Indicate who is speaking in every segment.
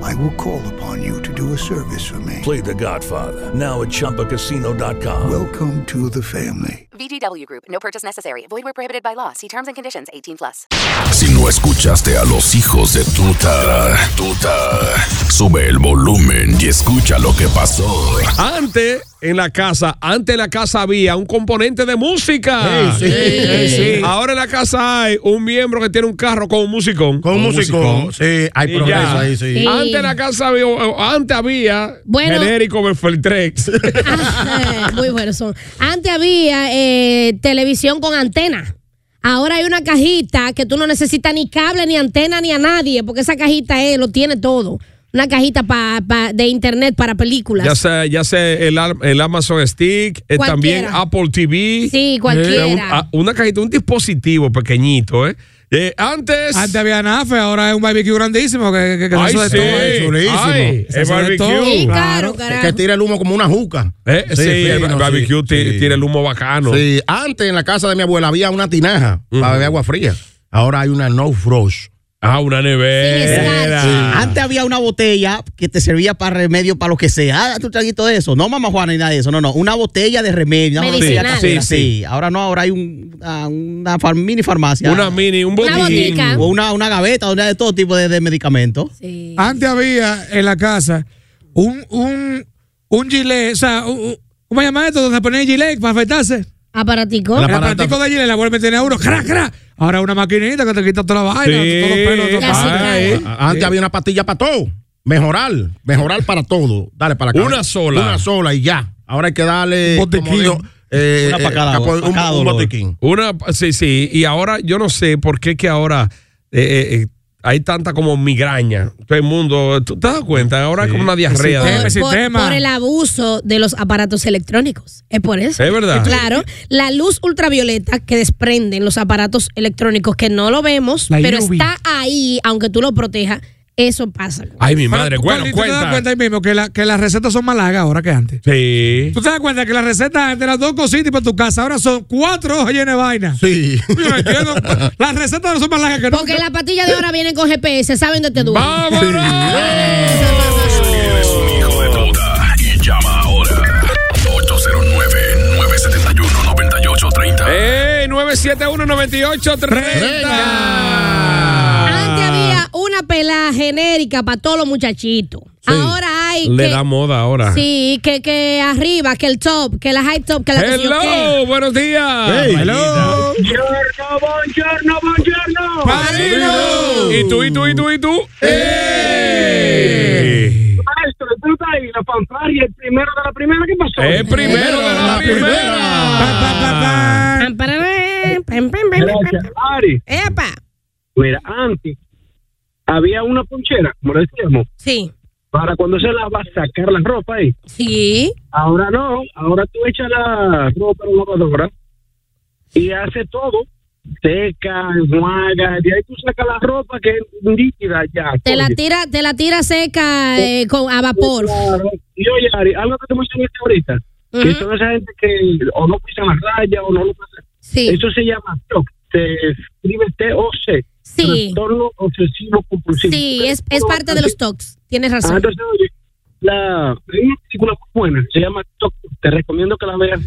Speaker 1: I will call upon you to do a service for me.
Speaker 2: Play the Godfather, now at Chumpacasino.com.
Speaker 1: Welcome to the family.
Speaker 3: VGW Group, no purchase necessary. Void where prohibited by law. See terms and conditions 18 plus.
Speaker 4: Si no escuchaste a los hijos de tuta, tuta, sube el volumen y escucha lo que pasó.
Speaker 5: Antes, en la casa, antes en la casa había un componente de música.
Speaker 6: Sí, sí, sí, sí.
Speaker 5: Ahora en la casa hay un miembro que tiene un carro con un musicón.
Speaker 6: Con un músico. Sí, hay
Speaker 5: Y
Speaker 6: progreso
Speaker 5: ya.
Speaker 6: ahí, sí.
Speaker 7: Sí.
Speaker 5: Antes en la casa había, antes había
Speaker 8: Bueno.
Speaker 5: genérico Berfeltrex.
Speaker 8: Ah, Muy bueno son. Antes había eh, televisión con antena. Ahora hay una cajita que tú no necesitas ni cable, ni antena, ni a nadie, porque esa cajita eh, lo tiene todo. Una cajita pa- pa- de internet para películas.
Speaker 5: ya sea, ya sea el, Am- el Amazon Stick, eh,
Speaker 8: Cualquiera.
Speaker 5: también Apple TV.
Speaker 8: Sí,
Speaker 5: Eh, un-
Speaker 8: cualquiera.
Speaker 5: a- una cajita, un dispositivo pequeñito, ¿eh? Eh, antes.
Speaker 6: Antes había nafe, ahora es un barbecue grandísimo que, que, que
Speaker 5: Ay,
Speaker 6: se hace
Speaker 5: sí.
Speaker 6: de todo.
Speaker 5: Ay, el
Speaker 6: Se hace de
Speaker 5: barbecue.
Speaker 6: todo.
Speaker 8: Sí,
Speaker 6: Claro,
Speaker 8: caro, carajo.
Speaker 6: Que tira el humo como una juca.
Speaker 5: Eh, sí, el
Speaker 6: fino,
Speaker 5: barbecue
Speaker 6: sí,
Speaker 5: ti-
Speaker 6: sí.
Speaker 5: tiene el humo bacano.
Speaker 6: Sí, antes en la casa de mi abuela había una tinaja para beber agua fría. Ahora hay una no frost.
Speaker 5: Ah, una
Speaker 6: Eh,
Speaker 5: nevera.
Speaker 8: Sí,
Speaker 6: Ah,
Speaker 9: Antes había una botella que te servía para remedio para lo que sea. Ah, tu traguito de eso. No, mamá Juana, ni nada de eso. No, no. Una botella de remedio. Una
Speaker 8: Medicinal.
Speaker 9: botella casera.
Speaker 5: Sí,
Speaker 9: Sí,
Speaker 5: sí.
Speaker 9: Ahora no, ahora hay un- ah, una far- mini farmacia.
Speaker 5: Una mini, un
Speaker 8: Una
Speaker 5: botiquín.
Speaker 8: botica.
Speaker 9: O una, una gaveta, una de todo tipo de, de medicamentos.
Speaker 8: Sí.
Speaker 6: Antes había en la casa un, un, un gilet, o sea, un- un- ¿cómo se llama esto? Donde se ponía el gilet para afeitarse.
Speaker 8: Aparatico.
Speaker 6: El aparatico de gilet, la abuela me tenía uno, ¡cra, cra! Ahora una maquinita que te quita toda la vaina,
Speaker 5: Sí.
Speaker 6: todos los pelos. todos los-
Speaker 8: Casi,
Speaker 5: Ay,
Speaker 8: casi.
Speaker 5: ah,
Speaker 6: Antes había una pastilla para todo. Mejorar, mejorar para todo. Dale para acá.
Speaker 5: Una sola.
Speaker 6: Una sola y ya. Ahora hay que darle.
Speaker 5: Un botiquín.
Speaker 6: como dijo, eh,
Speaker 9: Una pa' cada-
Speaker 6: capo-
Speaker 9: pa'
Speaker 6: un-
Speaker 9: cada
Speaker 6: un
Speaker 9: dolor.
Speaker 6: botiquín.
Speaker 5: Una, sí, sí. Y ahora yo no sé por qué que ahora eh, eh, eh, hay tanta como migraña. Todo el mundo, ¿tú te das cuenta? Ahora es como una diarrea.
Speaker 6: Sí,
Speaker 5: ¿no?
Speaker 6: sí.
Speaker 8: Por, por-
Speaker 6: sistema.
Speaker 8: por el abuso de los aparatos electrónicos. Es por eso.
Speaker 5: Es verdad.
Speaker 8: Claro. La luz ultravioleta que desprenden los aparatos electrónicos, que no lo vemos,
Speaker 6: La
Speaker 8: pero
Speaker 6: UV.
Speaker 8: está ahí, aunque tú lo protejas, eso pasa.
Speaker 5: Ay, mi
Speaker 6: Pero
Speaker 5: madre.
Speaker 6: tú,
Speaker 5: Bueno,
Speaker 6: Carlito, ¿Te das
Speaker 5: cuenta.
Speaker 6: cuenta ahí mismo que, la- que las recetas son más largas ahora que antes?
Speaker 5: Sí.
Speaker 6: ¿Tú te das cuenta que las recetas antes eran dos cositas para tu casa? Ahora son cuatro hojas llenas de vaina.
Speaker 5: Sí.
Speaker 6: Yo no entiendo. Las recetas ahora son más largas que
Speaker 8: Porque
Speaker 6: nunca.
Speaker 8: la patilla de ahora viene con GPS, saben dónde te duele.
Speaker 6: Eh,
Speaker 5: ¡Vámonos!
Speaker 4: Si eres un hijo de tuta y llama ahora. 809-971-9830.
Speaker 5: ¡Ey! 971-9830.
Speaker 8: Antes había una pelada genérica para todos los muchachitos. Ahora hay
Speaker 5: Le
Speaker 8: que,
Speaker 5: da moda ahora.
Speaker 8: sí, que, que arriba, que el top, que la high top, que la que sé yo qué.
Speaker 5: Hello, buenos días.
Speaker 6: Hello.
Speaker 5: Padrino. ¿Y tú, y tú, y tú, y tú?
Speaker 6: Eh.
Speaker 5: Eh. ¡Ey!
Speaker 9: Maestro, tú estás ahí, la fanfarria, el primero de la primera, ¿qué pasó?
Speaker 5: El primero de la,
Speaker 6: La
Speaker 5: primera.
Speaker 6: primera. Pa, pa, pa, pa.
Speaker 8: Pam, pararán, pam, pam, pam, pam, pam.
Speaker 9: Ari,
Speaker 8: Epa.
Speaker 9: mira, antes había una ponchera, como lo decíamos,
Speaker 8: Sí.
Speaker 9: para cuando se lava, sacar la ropa ahí.
Speaker 8: Sí.
Speaker 9: Ahora no, ahora tú echas la ropa en la lavadora y hace todo, seca, enjuaga, de ahí tú sacas la ropa que es líquida ya.
Speaker 8: Te la
Speaker 9: oye.
Speaker 8: tira, te la tira seca eh, con, a vapor.
Speaker 9: Claro. Y oye, Ari, algo que te mencionaste ahorita, que
Speaker 8: Ujú.
Speaker 9: son esa gente que o no pisa las rayas o no lo pasa.
Speaker 8: Sí.
Speaker 9: Eso se llama TOC, se escribe T-O-C,
Speaker 8: Sí.
Speaker 9: trastorno obsesivo compulsivo.
Speaker 8: Sí, es, es parte de los tocs. Tienes
Speaker 9: Ah,
Speaker 8: razón.
Speaker 9: entonces, oye, la, hay una película muy buena, se llama TOC, te recomiendo que la veas.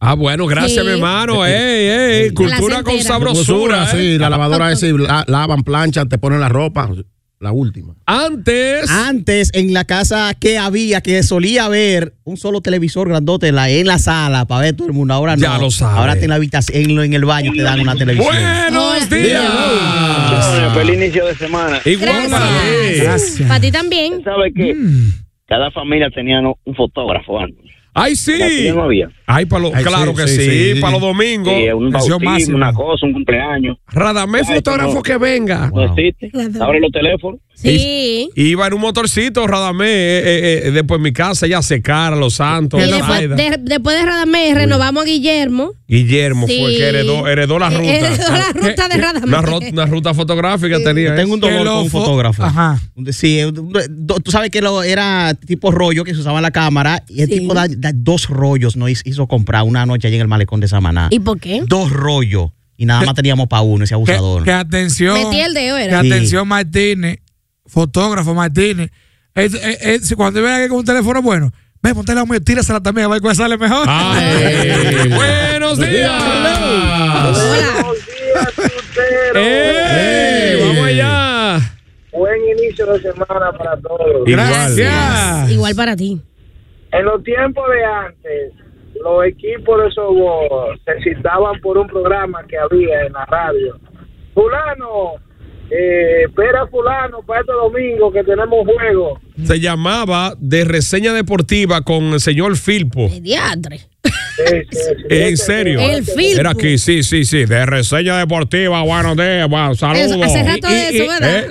Speaker 5: Ah, bueno, gracias,
Speaker 8: Sí.
Speaker 5: mi hermano.
Speaker 10: Eh,
Speaker 5: Ey, ey, cultura con
Speaker 8: entera.
Speaker 5: sabrosura.
Speaker 6: sí,
Speaker 5: eh.
Speaker 6: la lavadora es, lavan, planchan, te ponen la ropa.
Speaker 10: La última.
Speaker 5: Antes.
Speaker 11: Antes, en la casa que había, que solía haber un solo televisor grandote en la, en la sala para ver todo el mundo. Ahora no.
Speaker 5: Ya lo sabe.
Speaker 11: Ahora te en la habitación, en, lo- en el baño te dan una televisión.
Speaker 5: ¡Buenos
Speaker 12: días! Feliz inicio de semana.
Speaker 8: Igual para ti.
Speaker 12: Gracias.
Speaker 8: Para ti también.
Speaker 12: ¿Sabe qué? Cada familia tenía ¿no? un fotógrafo antes.
Speaker 5: ¡Ay,
Speaker 12: La
Speaker 5: sí!
Speaker 12: tuya no había.
Speaker 5: Ay, pa' lo-
Speaker 12: Ay,
Speaker 5: claro
Speaker 12: sí,
Speaker 5: que sí,
Speaker 12: sí, sí.
Speaker 5: para los domingos.
Speaker 12: Sí, un
Speaker 5: Pasión
Speaker 12: bautismo,
Speaker 5: máxima.
Speaker 12: una cosa, un cumpleaños.
Speaker 5: Radamés
Speaker 12: Ya, eso
Speaker 5: fotógrafo
Speaker 12: no-
Speaker 5: que venga.
Speaker 12: No existe. Abre los teléfonos.
Speaker 8: Sí.
Speaker 5: Iba en un motorcito, Radamés, eh, eh, eh, después en mi casa, ya a secar a los santos.
Speaker 8: Y después
Speaker 5: Aida.
Speaker 8: de, después de Radamés renovamos a Guillermo.
Speaker 5: Guillermo fue
Speaker 8: Sí.
Speaker 5: que heredó, heredó la
Speaker 8: Eh,
Speaker 5: ruta.
Speaker 8: heredó la ruta de Radamés.
Speaker 5: Una, ro- una ruta fotográfica tenía.
Speaker 11: Tengo un dolor con un fotógrafo.
Speaker 6: Ajá.
Speaker 11: Sí, un- do- tú sabes que lo, era tipo rollo que se usaba la cámara y el tipo da, da dos rollos nos hizo, hizo comprar una noche allí en el malecón de Samaná.
Speaker 8: ¿Y por qué?
Speaker 11: Dos rollos y nada más teníamos para uno, ese abusador.
Speaker 6: Que atención.
Speaker 8: Metí el dedo, era.
Speaker 6: Que
Speaker 11: Sí.
Speaker 6: atención, Martínez, fotógrafo Martínez. Es- es- es- si cuando vea que con un teléfono bueno, ve, ponte la mío, tírasela también, a ver cuál sale mejor.
Speaker 5: ¡Buenos días! ¡Eh! ¡Vamos allá!
Speaker 9: Buen inicio de semana para todos.
Speaker 5: Gracias.
Speaker 8: Igual para ti.
Speaker 9: En los tiempos de antes, los equipos de softball se citaban por un programa que había en la radio. Fulano, eh, espera a fulano para este domingo que tenemos juego.
Speaker 5: Se llamaba de reseña deportiva con el señor Filpo.
Speaker 8: Diadre.
Speaker 5: En serio.
Speaker 8: El Filpo.
Speaker 5: Era aquí, sí, sí, sí. De reseña deportiva, buenos días, bueno, saludos.
Speaker 6: Eso, hace
Speaker 8: rato de eso, ¿verdad?
Speaker 5: Eh,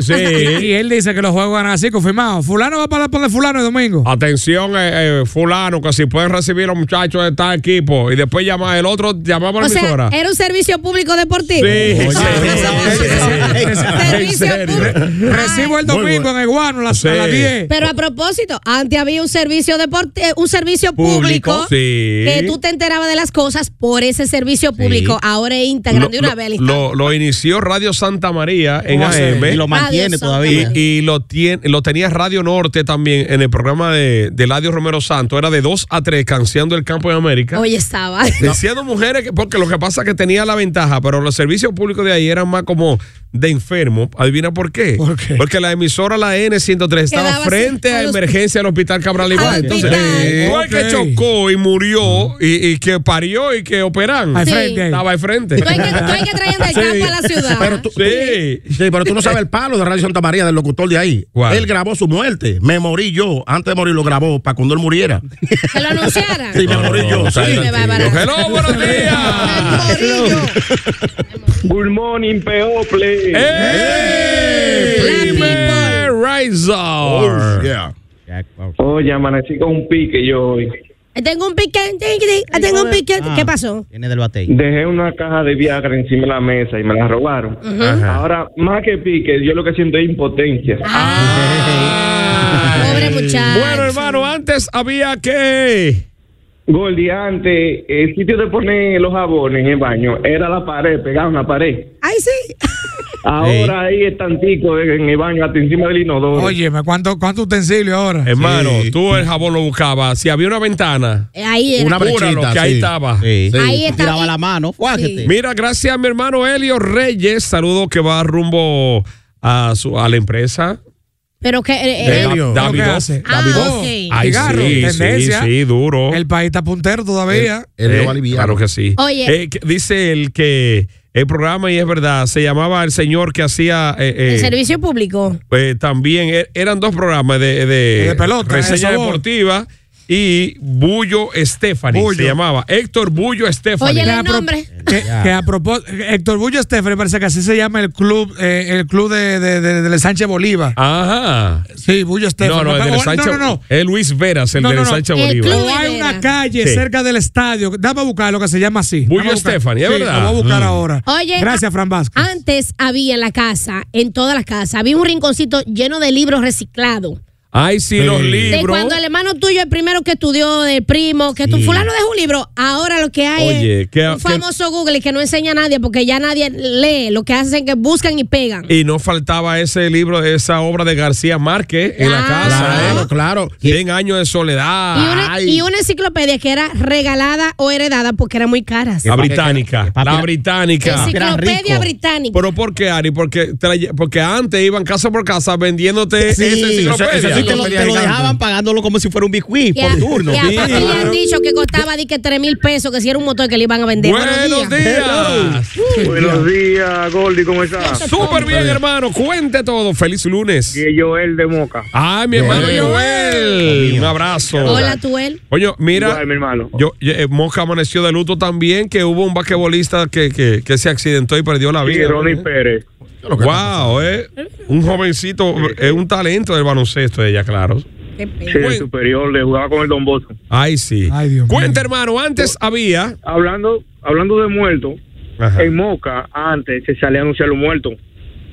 Speaker 5: sí.
Speaker 6: Y él dice que los juegos van así, confirmado. Fulano va para la de fulano el domingo.
Speaker 5: Atención, eh, eh, fulano, que si pueden recibir a los muchachos de tal equipo. Y después llamar el otro, llamaba a la
Speaker 8: O sea,
Speaker 5: emisora.
Speaker 8: era un servicio público deportivo.
Speaker 5: Sí, sí. En serio.
Speaker 6: Recibo el domingo en el guano a las a las 10.
Speaker 8: Pero a propósito, antes había un servicio deporte, eh, un servicio público,
Speaker 5: Público, sí.
Speaker 8: que tú te enterabas de las cosas por ese servicio público. Ahora es Instagram de una vez.
Speaker 5: Lo, lo inició Radio Santa María en
Speaker 11: Oh, sí.
Speaker 5: AM.
Speaker 11: Y lo mantiene Radio Santa todavía.
Speaker 5: Y, y lo, tiene, lo tenía Radio Norte también en el programa de, de Eladio Romero Santo. Era de 2 a 3, canseando el campo de América.
Speaker 8: Hoy estaba.
Speaker 5: Diciendo mujeres, que- porque lo que pasa es que tenía la ventaja, pero los servicios públicos de ahí eran más como de enfermo. Adivina por qué. Porque la emisora, la N103, estaba
Speaker 6: Quedaba
Speaker 5: frente a emergencia del hospital Cabral Ibáñez.
Speaker 6: Al
Speaker 5: Entonces,
Speaker 6: hospital.
Speaker 5: fue el que
Speaker 6: Ok.
Speaker 5: chocó y murió y, y que parió y que operan.
Speaker 6: Al Sí. frente ahí.
Speaker 5: Estaba al frente.
Speaker 10: Pero tú,
Speaker 5: Sí.
Speaker 10: sí, pero tú no sabes el palo de Radio Santa María, del locutor de ahí. Él grabó su muerte. Me morí yo. Antes de morir lo grabó para cuando él muriera.
Speaker 8: Que lo anunciaran.
Speaker 10: Sí, me morí yo. sí.
Speaker 8: Me va a parar.
Speaker 5: Hello, buenos días.
Speaker 9: Good morning, Peoples.
Speaker 5: Primer Rise
Speaker 9: Oh, yeah. Oye, amanecí con un pique yo hoy.
Speaker 8: Tengo un pique, tengo un pique. ¿Qué
Speaker 5: Ah.
Speaker 8: pasó?
Speaker 11: Viene del batey.
Speaker 9: Dejé una caja de Viagra encima de la mesa y me la robaron.
Speaker 8: Ujú.
Speaker 9: Ajá. Ahora, más que pique, yo lo que siento es impotencia.
Speaker 8: Pobre
Speaker 11: Ah,
Speaker 8: muchacho.
Speaker 5: Bueno, hermano, antes había que.
Speaker 9: Goldi, antes, el sitio de poner los jabones en el baño era la pared, pegaba una pared.
Speaker 8: Ay, sí.
Speaker 9: Ahora ahí es tantico en el baño, hasta encima del inodoro.
Speaker 6: Óyeme, ¿cuánto, cuánto utensilio ahora?
Speaker 5: Hermano, tú el jabón lo buscabas. Si había una ventana,
Speaker 8: Ahí era.
Speaker 5: una brechita, que ahí estaba.
Speaker 8: Ahí está
Speaker 11: Tiraba
Speaker 8: bien.
Speaker 11: la mano. cuájate.
Speaker 5: Mira, gracias a mi hermano Elio Reyes. Saludo que va rumbo a, su, a la empresa.
Speaker 8: Pero que. eh,
Speaker 5: de
Speaker 8: eh,
Speaker 5: Da- Davidoff.
Speaker 6: ¿Qué hace?
Speaker 8: Ah,
Speaker 5: Davidoff.
Speaker 8: ok.
Speaker 5: Ay,
Speaker 6: Cigarro,
Speaker 5: sí, sí,
Speaker 6: tendencia.
Speaker 5: sí, duro.
Speaker 6: El país está puntero todavía.
Speaker 5: Eh, claro que sí.
Speaker 8: Oye.
Speaker 5: Eh, que- dice el que el programa, y es verdad, se llamaba el señor que hacía. eh, eh,
Speaker 8: el servicio público.
Speaker 5: eh, también er- eran dos programas de, de,
Speaker 6: De pelota, de
Speaker 5: reseña
Speaker 6: sabor.
Speaker 5: deportiva y Bullo Stephanie
Speaker 6: Bullo.
Speaker 5: se llamaba Héctor Bullo Stephanie.
Speaker 8: Oye,
Speaker 6: Que a
Speaker 8: el
Speaker 6: pro-
Speaker 8: nombre.
Speaker 6: Que, que a propósito, Héctor Bullo Estefan, parece que así se llama el club, eh, el club de, de, de- del Sánchez Bolívar.
Speaker 5: Ajá.
Speaker 6: Sí, Bullo Estefan.
Speaker 5: No, no, el
Speaker 6: O-
Speaker 5: del Sánchez-
Speaker 6: no, no, no.
Speaker 5: Es Luis Veras, el
Speaker 6: No,
Speaker 5: del
Speaker 6: no, no.
Speaker 5: Sánchez Bolívar.
Speaker 6: O hay una calle
Speaker 5: Sí.
Speaker 6: cerca del estadio. Dame a buscar lo que se llama así.
Speaker 5: Bullo
Speaker 6: Dame a buscar.
Speaker 5: Estefan, ¿es
Speaker 6: Sí,
Speaker 5: verdad?
Speaker 6: Lo voy a buscar
Speaker 5: Mm.
Speaker 6: ahora.
Speaker 8: Oye, ah.
Speaker 6: Gracias, Fran Vázquez.
Speaker 8: Antes había en la casa, en todas las casas, había un rinconcito lleno de libros reciclados.
Speaker 5: Ay, sí, los
Speaker 8: De
Speaker 5: libros.
Speaker 8: cuando el hermano tuyo, el primero que estudió, el primo, que tu fulano dejó un libro, ahora lo que hay
Speaker 5: Oye,
Speaker 8: es
Speaker 5: que-
Speaker 8: un famoso Google que no enseña a nadie porque ya nadie lee. Lo que hacen es que buscan y pegan.
Speaker 5: Y no faltaba ese libro, esa obra de García Márquez en la casa. ¿eh? Claro,
Speaker 10: claro.
Speaker 5: 100 años de soledad.
Speaker 8: Y una, y una enciclopedia que era regalada o heredada porque eran muy caras.
Speaker 5: La británica. La británica.
Speaker 8: Enciclopedia británica.
Speaker 5: Pero ¿por qué, Ari? Porque, traye- porque antes iban casa por casa vendiéndote
Speaker 11: Sí,
Speaker 5: esa enciclopedia.
Speaker 11: eso- eso sí te lo- te lo dejaban
Speaker 5: pagándolo como si fuera un biscuit
Speaker 8: Que a, que a
Speaker 5: Sí,
Speaker 8: papi le han
Speaker 5: claro.
Speaker 8: dicho que costaba di que 3 mil pesos, que si era un motor que le iban a vender.
Speaker 5: Buenos días.
Speaker 9: Buenos días, Goldie, ¿cómo estás?
Speaker 5: Ah, Súper bien, hermano. Cuente todo. Feliz lunes. Y
Speaker 9: Joel de Moca.
Speaker 5: Ay, mi hermano Joel. Un abrazo.
Speaker 8: Hola, tú él.
Speaker 5: Oye, mira, Yo, yo- eh, Moca amaneció de luto también, que hubo un basquetbolista que, que, que se accidentó y perdió la
Speaker 9: Sí,
Speaker 5: vida.
Speaker 9: Ronnie
Speaker 5: ¿no?
Speaker 9: Pérez.
Speaker 5: Wow, eh, un jovencito, es un talento del baloncesto ella, claro. Pues,
Speaker 9: Sí, el superior, le jugaba con el Don Bosco.
Speaker 5: Ay, sí. Cuenta, hermano, antes había.
Speaker 9: Hablando, hablando de muertos, en Moca antes se salía a anunciar los muertos.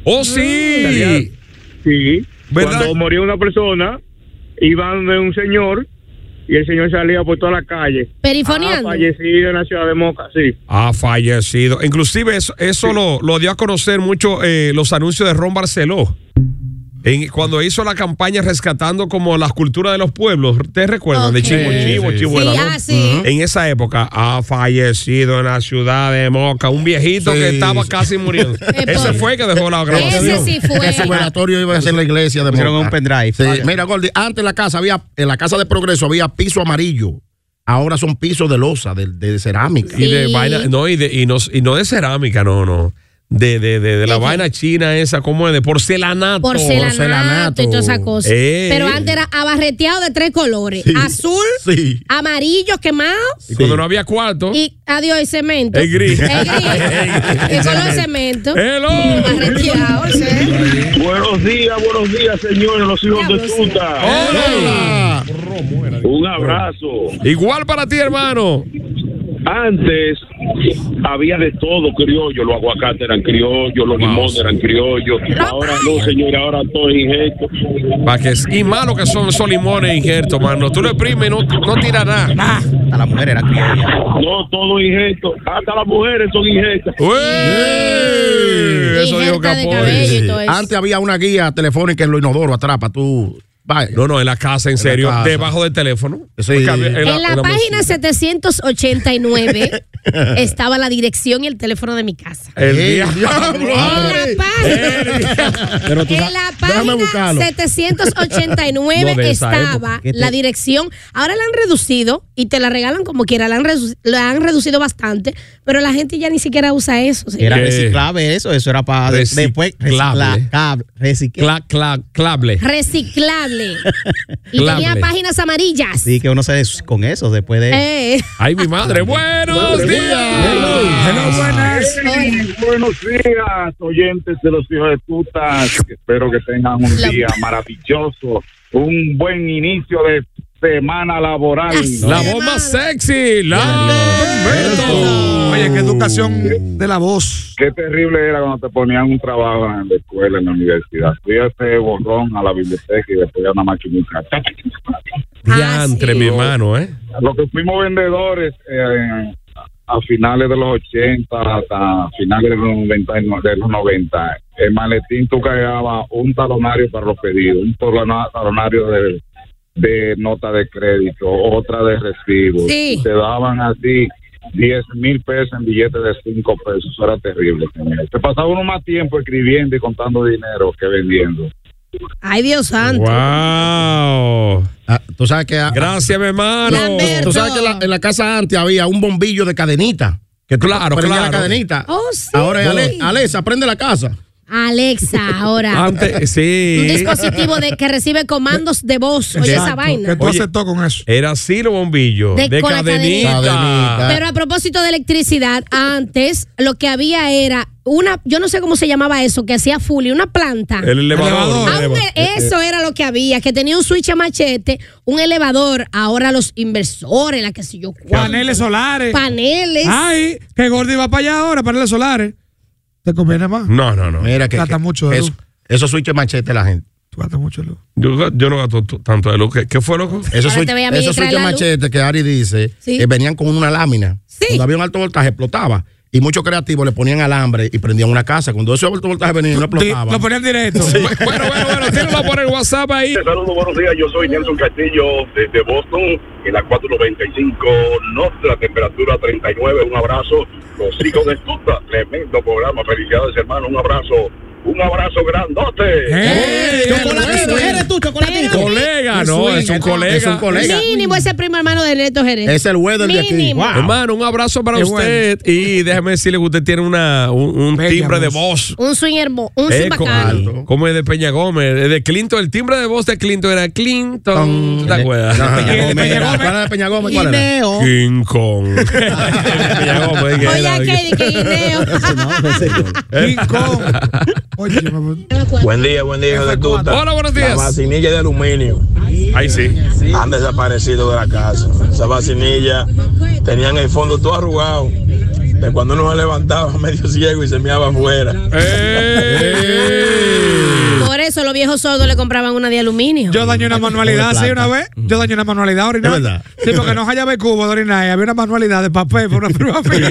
Speaker 5: ¡Oh, sí!
Speaker 9: sí.
Speaker 5: ¿Verdad?
Speaker 9: Cuando moría una persona, iban de un señor y el señor salía por toda la calle.
Speaker 8: Perifoneando.
Speaker 9: Ah, fallecido en la ciudad de Moca, sí.
Speaker 5: Ha fallecido. Inclusive eso, eso lo, lo dio a conocer mucho eh, los anuncios de Ron Barceló. En- cuando hizo la campaña rescatando como las culturas de los pueblos, ¿te recuerdan? De Chivo Chivo,
Speaker 9: Sí,
Speaker 5: Chivo
Speaker 9: sí,
Speaker 5: era, ¿no?
Speaker 9: ah, sí.
Speaker 5: En esa época ah, ha fallecido en la ciudad de Moca un viejito que estaba casi muriendo.
Speaker 9: Eh,
Speaker 5: Ese fue que dejó la grabación.
Speaker 10: Que su velatorio iba a ser la iglesia de
Speaker 11: Pusieron
Speaker 10: Moca.
Speaker 11: un pendrive.
Speaker 10: Sí,
Speaker 11: Vale.
Speaker 10: Mira, Gordy, antes la casa había, en la casa de progreso había piso amarillo. Ahora son pisos de losa, de, de cerámica.
Speaker 5: Y de vaina, no, y, de, y, no, y no de cerámica, no, no. De, de, de, de la vaina china esa, ¿cómo es? De porcelanato.
Speaker 8: Porcelanato, y toda esa cosa.
Speaker 5: Eh.
Speaker 8: Pero antes era abarreteado de tres colores:
Speaker 5: Sí.
Speaker 8: azul,
Speaker 5: Sí.
Speaker 8: amarillo, quemado
Speaker 5: Y cuando no había cuarto.
Speaker 8: y adiós y cemento.
Speaker 5: Es gris.
Speaker 8: Es gris. y color cemento.
Speaker 5: Hello.
Speaker 8: Abarreteado, sí.
Speaker 9: Buenos días, buenos días, señores, los hijos de puta.
Speaker 5: Hola.
Speaker 9: Un abrazo.
Speaker 5: Igual para ti, hermano.
Speaker 9: Antes había de todo criollo, los aguacates eran criollos, los limones eran criollos. Ahora no, señores, ahora todo es ingesto.
Speaker 5: Pa' que- y malo que son esos limones injertos, mano. Tú lo exprimes y no, no tira nada.
Speaker 11: Hasta la mujer era criolla.
Speaker 9: No, todo ingesto. Hasta las mujeres son ingestas.
Speaker 10: Eso dijo Capoy.
Speaker 9: cabello y todo eso.
Speaker 10: Antes había una guía telefónica en lo inodoro, atrapa, tú.
Speaker 5: No, no, en la casa, en, serio. Debajo del teléfono. Porque había-
Speaker 8: En la,
Speaker 5: en la
Speaker 8: página 789 estaba la dirección y el teléfono de mi casa.
Speaker 5: El
Speaker 10: Pero tú
Speaker 8: en
Speaker 10: sa-
Speaker 8: la
Speaker 10: déjame
Speaker 8: página
Speaker 10: buscarlo.
Speaker 8: 789
Speaker 10: No, de esa
Speaker 8: estaba
Speaker 10: época. ¿Qué te-
Speaker 8: la dirección. Ahora la han reducido y te la regalan como quiera. La han, redu- la han reducido bastante, pero la gente ya ni siquiera usa eso. señor.
Speaker 11: Era reciclable eso, eso era para después
Speaker 5: Reciclable.
Speaker 11: reciclable, reciclable.
Speaker 5: clable.
Speaker 8: Reciclable. y
Speaker 11: Clable.
Speaker 8: tenía páginas amarillas.
Speaker 11: Sí, que uno se des- con eso después de
Speaker 8: Eh.
Speaker 5: Ay, mi madre, buenos días.
Speaker 9: buenas. Buenos días, oyentes de los hijos de putas. Espero que tengan un
Speaker 5: La-
Speaker 9: día maravilloso, un buen inicio de semana laboral.
Speaker 5: La voz más sexy, la
Speaker 9: Oye, qué educación de la voz. Qué terrible era cuando te ponían un trabajo en la escuela, en la universidad. Fíjate, borrón a la biblioteca y después a una maquinita.
Speaker 5: Diantre, mi hermano, ¿eh?
Speaker 9: Lo que fuimos vendedores eh, a finales de los 80 hasta finales de los 90, y no- de los 90 el maletín tú cargabas un talonario para los pedidos, un tolona- talonario de, de nota de crédito, otra de recibo.
Speaker 13: Sí.
Speaker 9: Te daban así 10 mil pesos en billetes de 5 pesos. Eso era terrible. señor. Te pasaba uno más tiempo escribiendo y contando dinero que vendiendo.
Speaker 8: Ay, Dios santo.
Speaker 5: Wow.
Speaker 10: Ah, tú sabes que.
Speaker 5: Gracias, mi hermano.
Speaker 10: Tú sabes que en la, en la casa antes había un bombillo de cadenita. Que tú
Speaker 5: Claro,
Speaker 10: prendías
Speaker 5: claro.
Speaker 10: la cadenita.
Speaker 8: Oh, sí.
Speaker 10: Ahora es Ale- Alexa, prende la casa.
Speaker 8: Alexa, ahora.
Speaker 5: Antes, sí.
Speaker 10: eh.
Speaker 8: Un dispositivo de, que recibe comandos de voz. Oye, esa vaina.
Speaker 5: Oye, Era así los bombillos. De,
Speaker 8: con la
Speaker 5: cadenita. Ah,
Speaker 8: Pero a propósito de electricidad, antes lo que había era una, yo no sé cómo se llamaba eso, que hacía fully, una planta.
Speaker 5: El elevador.
Speaker 8: Ah, un-
Speaker 10: Eh,
Speaker 8: Eso era lo que había, que tenía un switch a machete, un elevador, ahora los inversores, la que sé yo,
Speaker 6: Paneles solares.
Speaker 8: paneles.
Speaker 6: Ay, que Gordy va para allá ahora, paneles solares. ¿Te conviene más?
Speaker 5: No, no, no.
Speaker 10: Mira que.
Speaker 6: Trata
Speaker 10: que-
Speaker 6: mucho de
Speaker 10: eso. Eso switch machete la gente.
Speaker 6: Tú gastas mucho luz.
Speaker 5: Yo, yo no gasto t- tanto de luz. ¿Qué, qué fue, loco?
Speaker 10: Eso
Speaker 8: Ahora
Speaker 10: es
Speaker 8: te voy a
Speaker 10: esos
Speaker 8: administrar
Speaker 10: switches
Speaker 8: la luz.
Speaker 10: machete que Ari dice
Speaker 8: Sí.
Speaker 10: que venían con una lámina. Cuando había un alto voltaje, explotaba. Y muchos creativos le ponían alambre y prendían una casa. Cuando ese alto voltaje venía, no explotaba.
Speaker 6: Lo ponían directo.
Speaker 5: Bueno, bueno, bueno, tírenlo por el WhatsApp ahí.
Speaker 4: Saludos, buenos días. Yo soy Nelson Castillo desde Boston, en la 495 Norte, la temperatura 39. Un abrazo. Los hijos de Tuta, tremendo programa. Felicidades, hermano. Un abrazo. Un abrazo grandote.
Speaker 11: Chocolatito, eres tú, chocolatito.
Speaker 5: Colega, no, es un colega.
Speaker 10: Es un colega.
Speaker 8: Mínimo ese primo hermano de Neto Jerez.
Speaker 10: Es el weather de aquí.
Speaker 8: Mínimo.
Speaker 10: Wow.
Speaker 5: Hermano, un abrazo para
Speaker 10: Qué
Speaker 5: usted. Y déjeme decirle que usted tiene una, un, un timbre de voz.
Speaker 8: Un swing hermoso. Un
Speaker 5: Eh,
Speaker 8: swing
Speaker 5: co-
Speaker 8: bacano.
Speaker 5: como es de Peña Gómez, eh, de Clinton, el timbre de voz de Clinton era Clinton.
Speaker 10: Eh,
Speaker 5: ¿Te acuerdas?
Speaker 10: ¿Cuál era Peña Gómez? ¿Cuál era?
Speaker 11: Guineo.
Speaker 5: King Kong. El de Peña Gómez, que
Speaker 8: Oye,
Speaker 5: era-
Speaker 8: Kelly, que guineo.
Speaker 9: Buen día, buen día, hijo de tuta.
Speaker 5: Hola, buenos días.
Speaker 9: La vacinilla de aluminio.
Speaker 5: Ahí sí.
Speaker 9: Han desaparecido de la casa. Esa vacinilla tenían el fondo todo arrugado. De cuando uno se levantaba medio ciego y se meaba afuera.
Speaker 6: Eh.
Speaker 8: Por eso los viejos sordos le compraban una de aluminio.
Speaker 6: Yo dañé una manualidad así una vez. Yo dañé una manualidad orinar.
Speaker 10: Es verdad.
Speaker 6: Sí, porque no hallaba el cubo de orinar. y Había una manualidad de papel por una prima fila.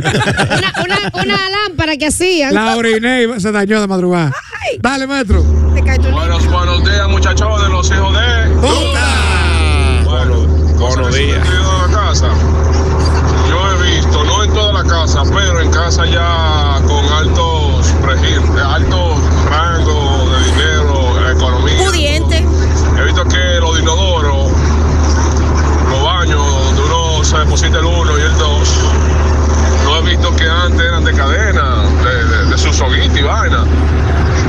Speaker 8: Una, una lámpara que hacían.
Speaker 6: La oriné y se dañó de madrugada. Dale, maestro.
Speaker 4: Buenos, buenos días, muchachos de los hijos de Bueno, buenos días. la casa. Yo he visto, no en toda la casa, pero en casa ya con altos pregi- altos rangos de dinero, economía.
Speaker 8: Pudiente.
Speaker 4: He visto que los dinodoros, los baños, donde uno se deposita el 1 y el 2, no he visto que antes eran de cadena, de, de, de su soguita y vaina.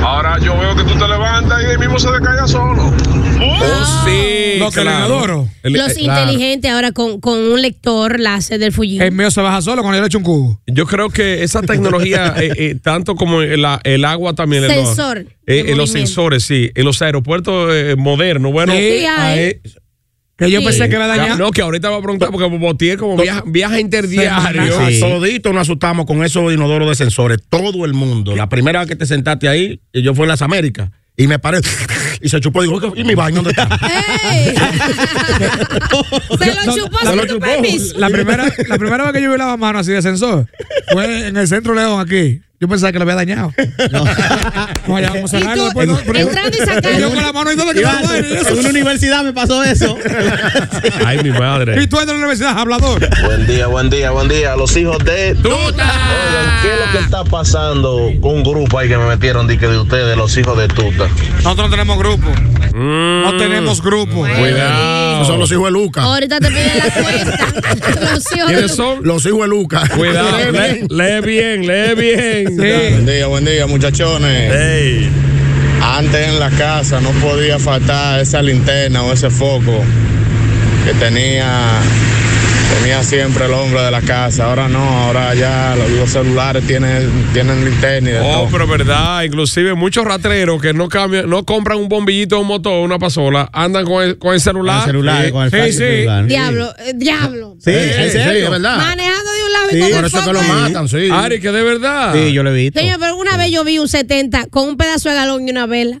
Speaker 4: Ahora yo veo que tú te levantas y ahí mismo se descarga solo.
Speaker 6: ¡Ah!
Speaker 5: Oh, sí.
Speaker 6: Los
Speaker 5: claro.
Speaker 6: telegadores.
Speaker 5: El-
Speaker 8: Los
Speaker 5: eh,
Speaker 8: inteligentes ahora con, con un lector láser del fullido.
Speaker 6: El mío se baja solo cuando yo le echo un cubo.
Speaker 5: Yo creo que esa tecnología, eh, eh, tanto como el, la- el agua también. el-
Speaker 8: Sensor
Speaker 5: eh,
Speaker 8: de
Speaker 5: eh, los
Speaker 8: movimiento.
Speaker 5: sensores, sí. En los aeropuertos eh, modernos, bueno.
Speaker 6: Sí, hay.
Speaker 5: ahí-
Speaker 6: Que yo
Speaker 8: Sí.
Speaker 6: pensé que iba a dañar.
Speaker 5: No, que ahorita va a preguntar porque Botier como viaja, viaja interdiario.
Speaker 10: Sí. Todito nos asustamos con esos inodoros de sensores. Todo el mundo. La primera vez que te sentaste ahí, y yo fui a las Américas. Y me paré y se chupó. Digo, ¿y mi baño dónde está?
Speaker 8: ¡Ey! se lo chupó
Speaker 10: Se
Speaker 8: sin
Speaker 10: lo
Speaker 8: tu
Speaker 10: chupó.
Speaker 8: permiso.
Speaker 6: La primera, la primera vez que yo vi la mano así de sensor fue en el centro León aquí. Yo pensaba que lo había dañado. No, ya vamos a
Speaker 8: Y tú,
Speaker 6: sacarlo
Speaker 11: pues,
Speaker 6: después. ¿no? Pero-
Speaker 8: entrando y sacando.
Speaker 6: Y yo con la mano y todo que
Speaker 11: Iván,
Speaker 6: me duele, y eso.
Speaker 11: en una universidad me pasó eso.
Speaker 5: Ay, mi
Speaker 6: Y
Speaker 5: madre.
Speaker 6: tú entras a la universidad hablador.
Speaker 9: Buen día, buen día, buen día. Los hijos de. Oigan, ¿qué es lo que está pasando con un grupo ahí que me metieron de, que de ustedes, los hijos de tuta?
Speaker 6: Nosotros no tenemos grupo. No tenemos grupo.
Speaker 5: Mm. Cuidado.
Speaker 10: Esos son los hijos de Lucas.
Speaker 8: Ahorita te piden la cuenta. Los hijos de
Speaker 5: ¿Quiénes
Speaker 8: tu-
Speaker 5: son?
Speaker 10: Los hijos de Lucas.
Speaker 5: Cuidado. Lee, lee bien, lee bien.
Speaker 6: Sí.
Speaker 14: día, buen día, muchachones.
Speaker 5: Ey.
Speaker 14: Antes en la casa no podía faltar esa linterna o ese foco que tenía, tenía siempre el hombre de la casa. Ahora no, ahora ya los, los celulares tienen, tienen linterna y de
Speaker 5: Oh,
Speaker 14: todo.
Speaker 5: pero verdad, inclusive muchos ratreros que no cambian, no compran un bombillito, un motor, una pasola, andan con el, con el celular.
Speaker 11: Con el celular, con el
Speaker 5: sí,
Speaker 11: flash
Speaker 5: sí.
Speaker 11: del celular.
Speaker 8: Diablo, eh, diablo.
Speaker 11: Sí,
Speaker 10: Sí,
Speaker 11: en
Speaker 10: sí,
Speaker 11: serio.
Speaker 10: es verdad.
Speaker 8: Manejando de un lado y
Speaker 10: Sí,
Speaker 8: con
Speaker 10: por
Speaker 8: el
Speaker 10: eso es que
Speaker 8: foco
Speaker 10: lo
Speaker 8: en-
Speaker 10: matan, sí.
Speaker 5: Ari, que de verdad.
Speaker 11: Sí, yo lo he visto.
Speaker 8: Señor, pero una vez yo vi un 70 con un pedazo de galón y una vela.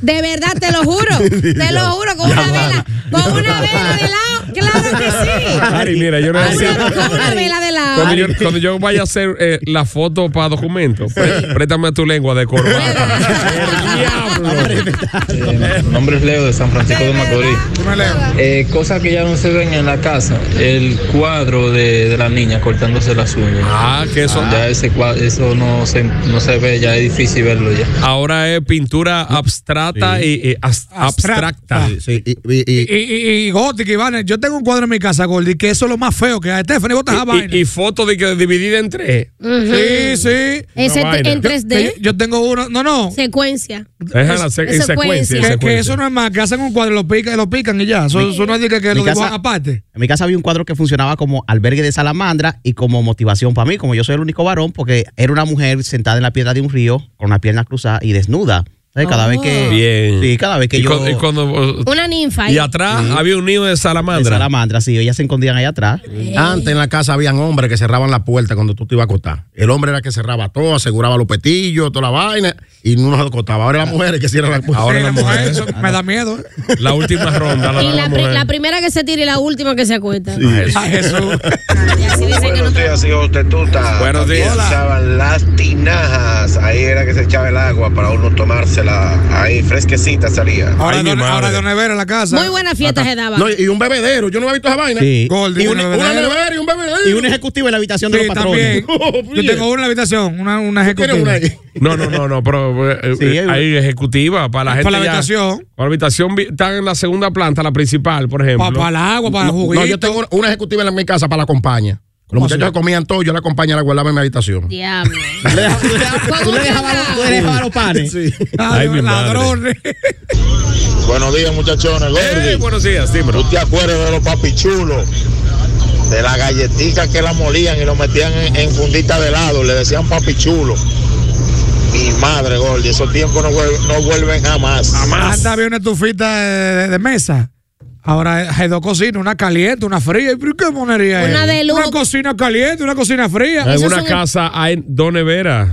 Speaker 8: De verdad, te lo juro. Te lo juro, con una vela. Con una vela de lado. Claro que sí.
Speaker 5: Ari, mira, yo no
Speaker 8: Con una- Con una vela de
Speaker 5: Cuando
Speaker 8: lado.
Speaker 5: yo, cuando yo vaya a hacer eh, la foto para documentos, préstame tu lengua de corbata. El diablo.
Speaker 15: Mi nombre es Leo de San Francisco de Macorís. Eh, cosas que ya no se ven en la casa. El cuadro de, de la niña cortándose las uñas.
Speaker 5: Ah, que eso.
Speaker 15: Ya ese cuadro, eso no se, no se ve, ya es difícil verlo ya.
Speaker 5: Ahora es pintura abstracta y, y as- abstracta.
Speaker 10: Sí, sí, y- y- y-
Speaker 6: Y, y, y Gótica, Iván, yo tengo un cuadro en mi casa, Gordy, que eso es lo más feo que hay. Stephanie, botas a vaina.
Speaker 5: Y, y foto de que dividida en tres.
Speaker 6: sí, sí.
Speaker 8: Ese
Speaker 5: Una
Speaker 8: te-
Speaker 5: vaina.
Speaker 8: en
Speaker 6: Que
Speaker 8: 3D.
Speaker 6: Yo, yo tengo uno. No, no.
Speaker 8: Secuencia.
Speaker 5: Déjala se- en
Speaker 8: Eso puede ser.
Speaker 5: secuencia. en
Speaker 6: que, que
Speaker 5: secuencia.
Speaker 6: eso no es más. Que hacen un cuadro, lo pican, lo pican y ya. Eso, eso no es de que, que
Speaker 11: mi
Speaker 6: lo
Speaker 11: casa-
Speaker 6: dibujan aparte.
Speaker 11: En mi casa había un cuadro que funcionaba como albergue de salamandra y como motivación para mí, como yo soy el único varón, porque era una mujer sentada en la piedra de un río con las piernas cruzadas y desnuda. Entonces, cada vez que.
Speaker 5: Oh. Bien.
Speaker 11: Sí, cada vez que
Speaker 5: Y
Speaker 11: yo.
Speaker 5: cu- y cuando- uh,
Speaker 8: Una ninfa. ahí.
Speaker 5: Y atrás había un nido de salamandra.
Speaker 11: De salamandra, sí, ellas se escondían allá atrás.
Speaker 10: Antes en la casa habían hombres que cerraban la puerta cuando tú te ibas a acostar. El hombre era el que cerraba todo, aseguraba los petillos, toda la vaina, y no nos acostaba. Ahora las mujeres que cierran la Ah, puerta.
Speaker 5: Ahora las mujeres.
Speaker 6: Eso me da miedo.
Speaker 10: ¿eh?
Speaker 5: La última ronda. La,
Speaker 8: Y
Speaker 5: de
Speaker 8: la,
Speaker 5: la
Speaker 8: pri-
Speaker 5: mujer.
Speaker 8: la primera que se tira y la última que se acuesta.
Speaker 16: Buenos días, hijos de tuta.
Speaker 5: Buenos
Speaker 16: También
Speaker 5: días.
Speaker 16: se echaban las tinajas. Ahí era que se echaba el agua para uno tomársela. Ahí fresquecita salía.
Speaker 6: Ahora, de, ahora de nevera en la casa.
Speaker 8: Muy buenas fiestas se daban.
Speaker 10: No, y un bebedero. Yo no había visto esa vaina.
Speaker 11: Sí.
Speaker 10: Y una,
Speaker 6: bebedero.
Speaker 10: una nevera y un bebedero.
Speaker 11: Y un ejecutivo en la habitación de
Speaker 6: Sí,
Speaker 11: los patrones.
Speaker 6: también. Yo tengo una en la habitación, una, una ejecutiva.
Speaker 10: una
Speaker 5: No, no, no, no, pero eh,
Speaker 6: Sí,
Speaker 5: eh, hay ejecutiva para la
Speaker 6: Para
Speaker 5: gente.
Speaker 6: la
Speaker 5: ya-
Speaker 6: habitación.
Speaker 5: Para la habitación vi- están en la segunda planta, la principal, por ejemplo.
Speaker 10: Pa- para el agua, para el juguito.
Speaker 5: No, yo tengo
Speaker 10: una- una ejecutiva en mi casa para la compañía. Los muchachos se comían todo, yo la compañía la guardaba en mi habitación.
Speaker 8: Diablo.
Speaker 11: Tú le dejabas los- tú le dejabas los panes.
Speaker 5: Ay, mi madre. Eh,
Speaker 17: Buenos días, muchachones. Gordy.
Speaker 5: buenos días, dímelo.
Speaker 17: ¿Tú te acuerdas de los papichulos? De las galletitas que las molían y lo metían en, en fundita de helado. Le decían papichulo. Mi madre, Gordy. Esos tiempos no, vuel- no vuelven jamás.
Speaker 6: Antes había una estufita de, de- de mesa. Ahora hay dos cocinas, una caliente, una fría. ¿Y por qué monería es?
Speaker 8: Una de luz.
Speaker 6: Una cocina caliente, una cocina fría.
Speaker 5: En una casa hay dos neveras.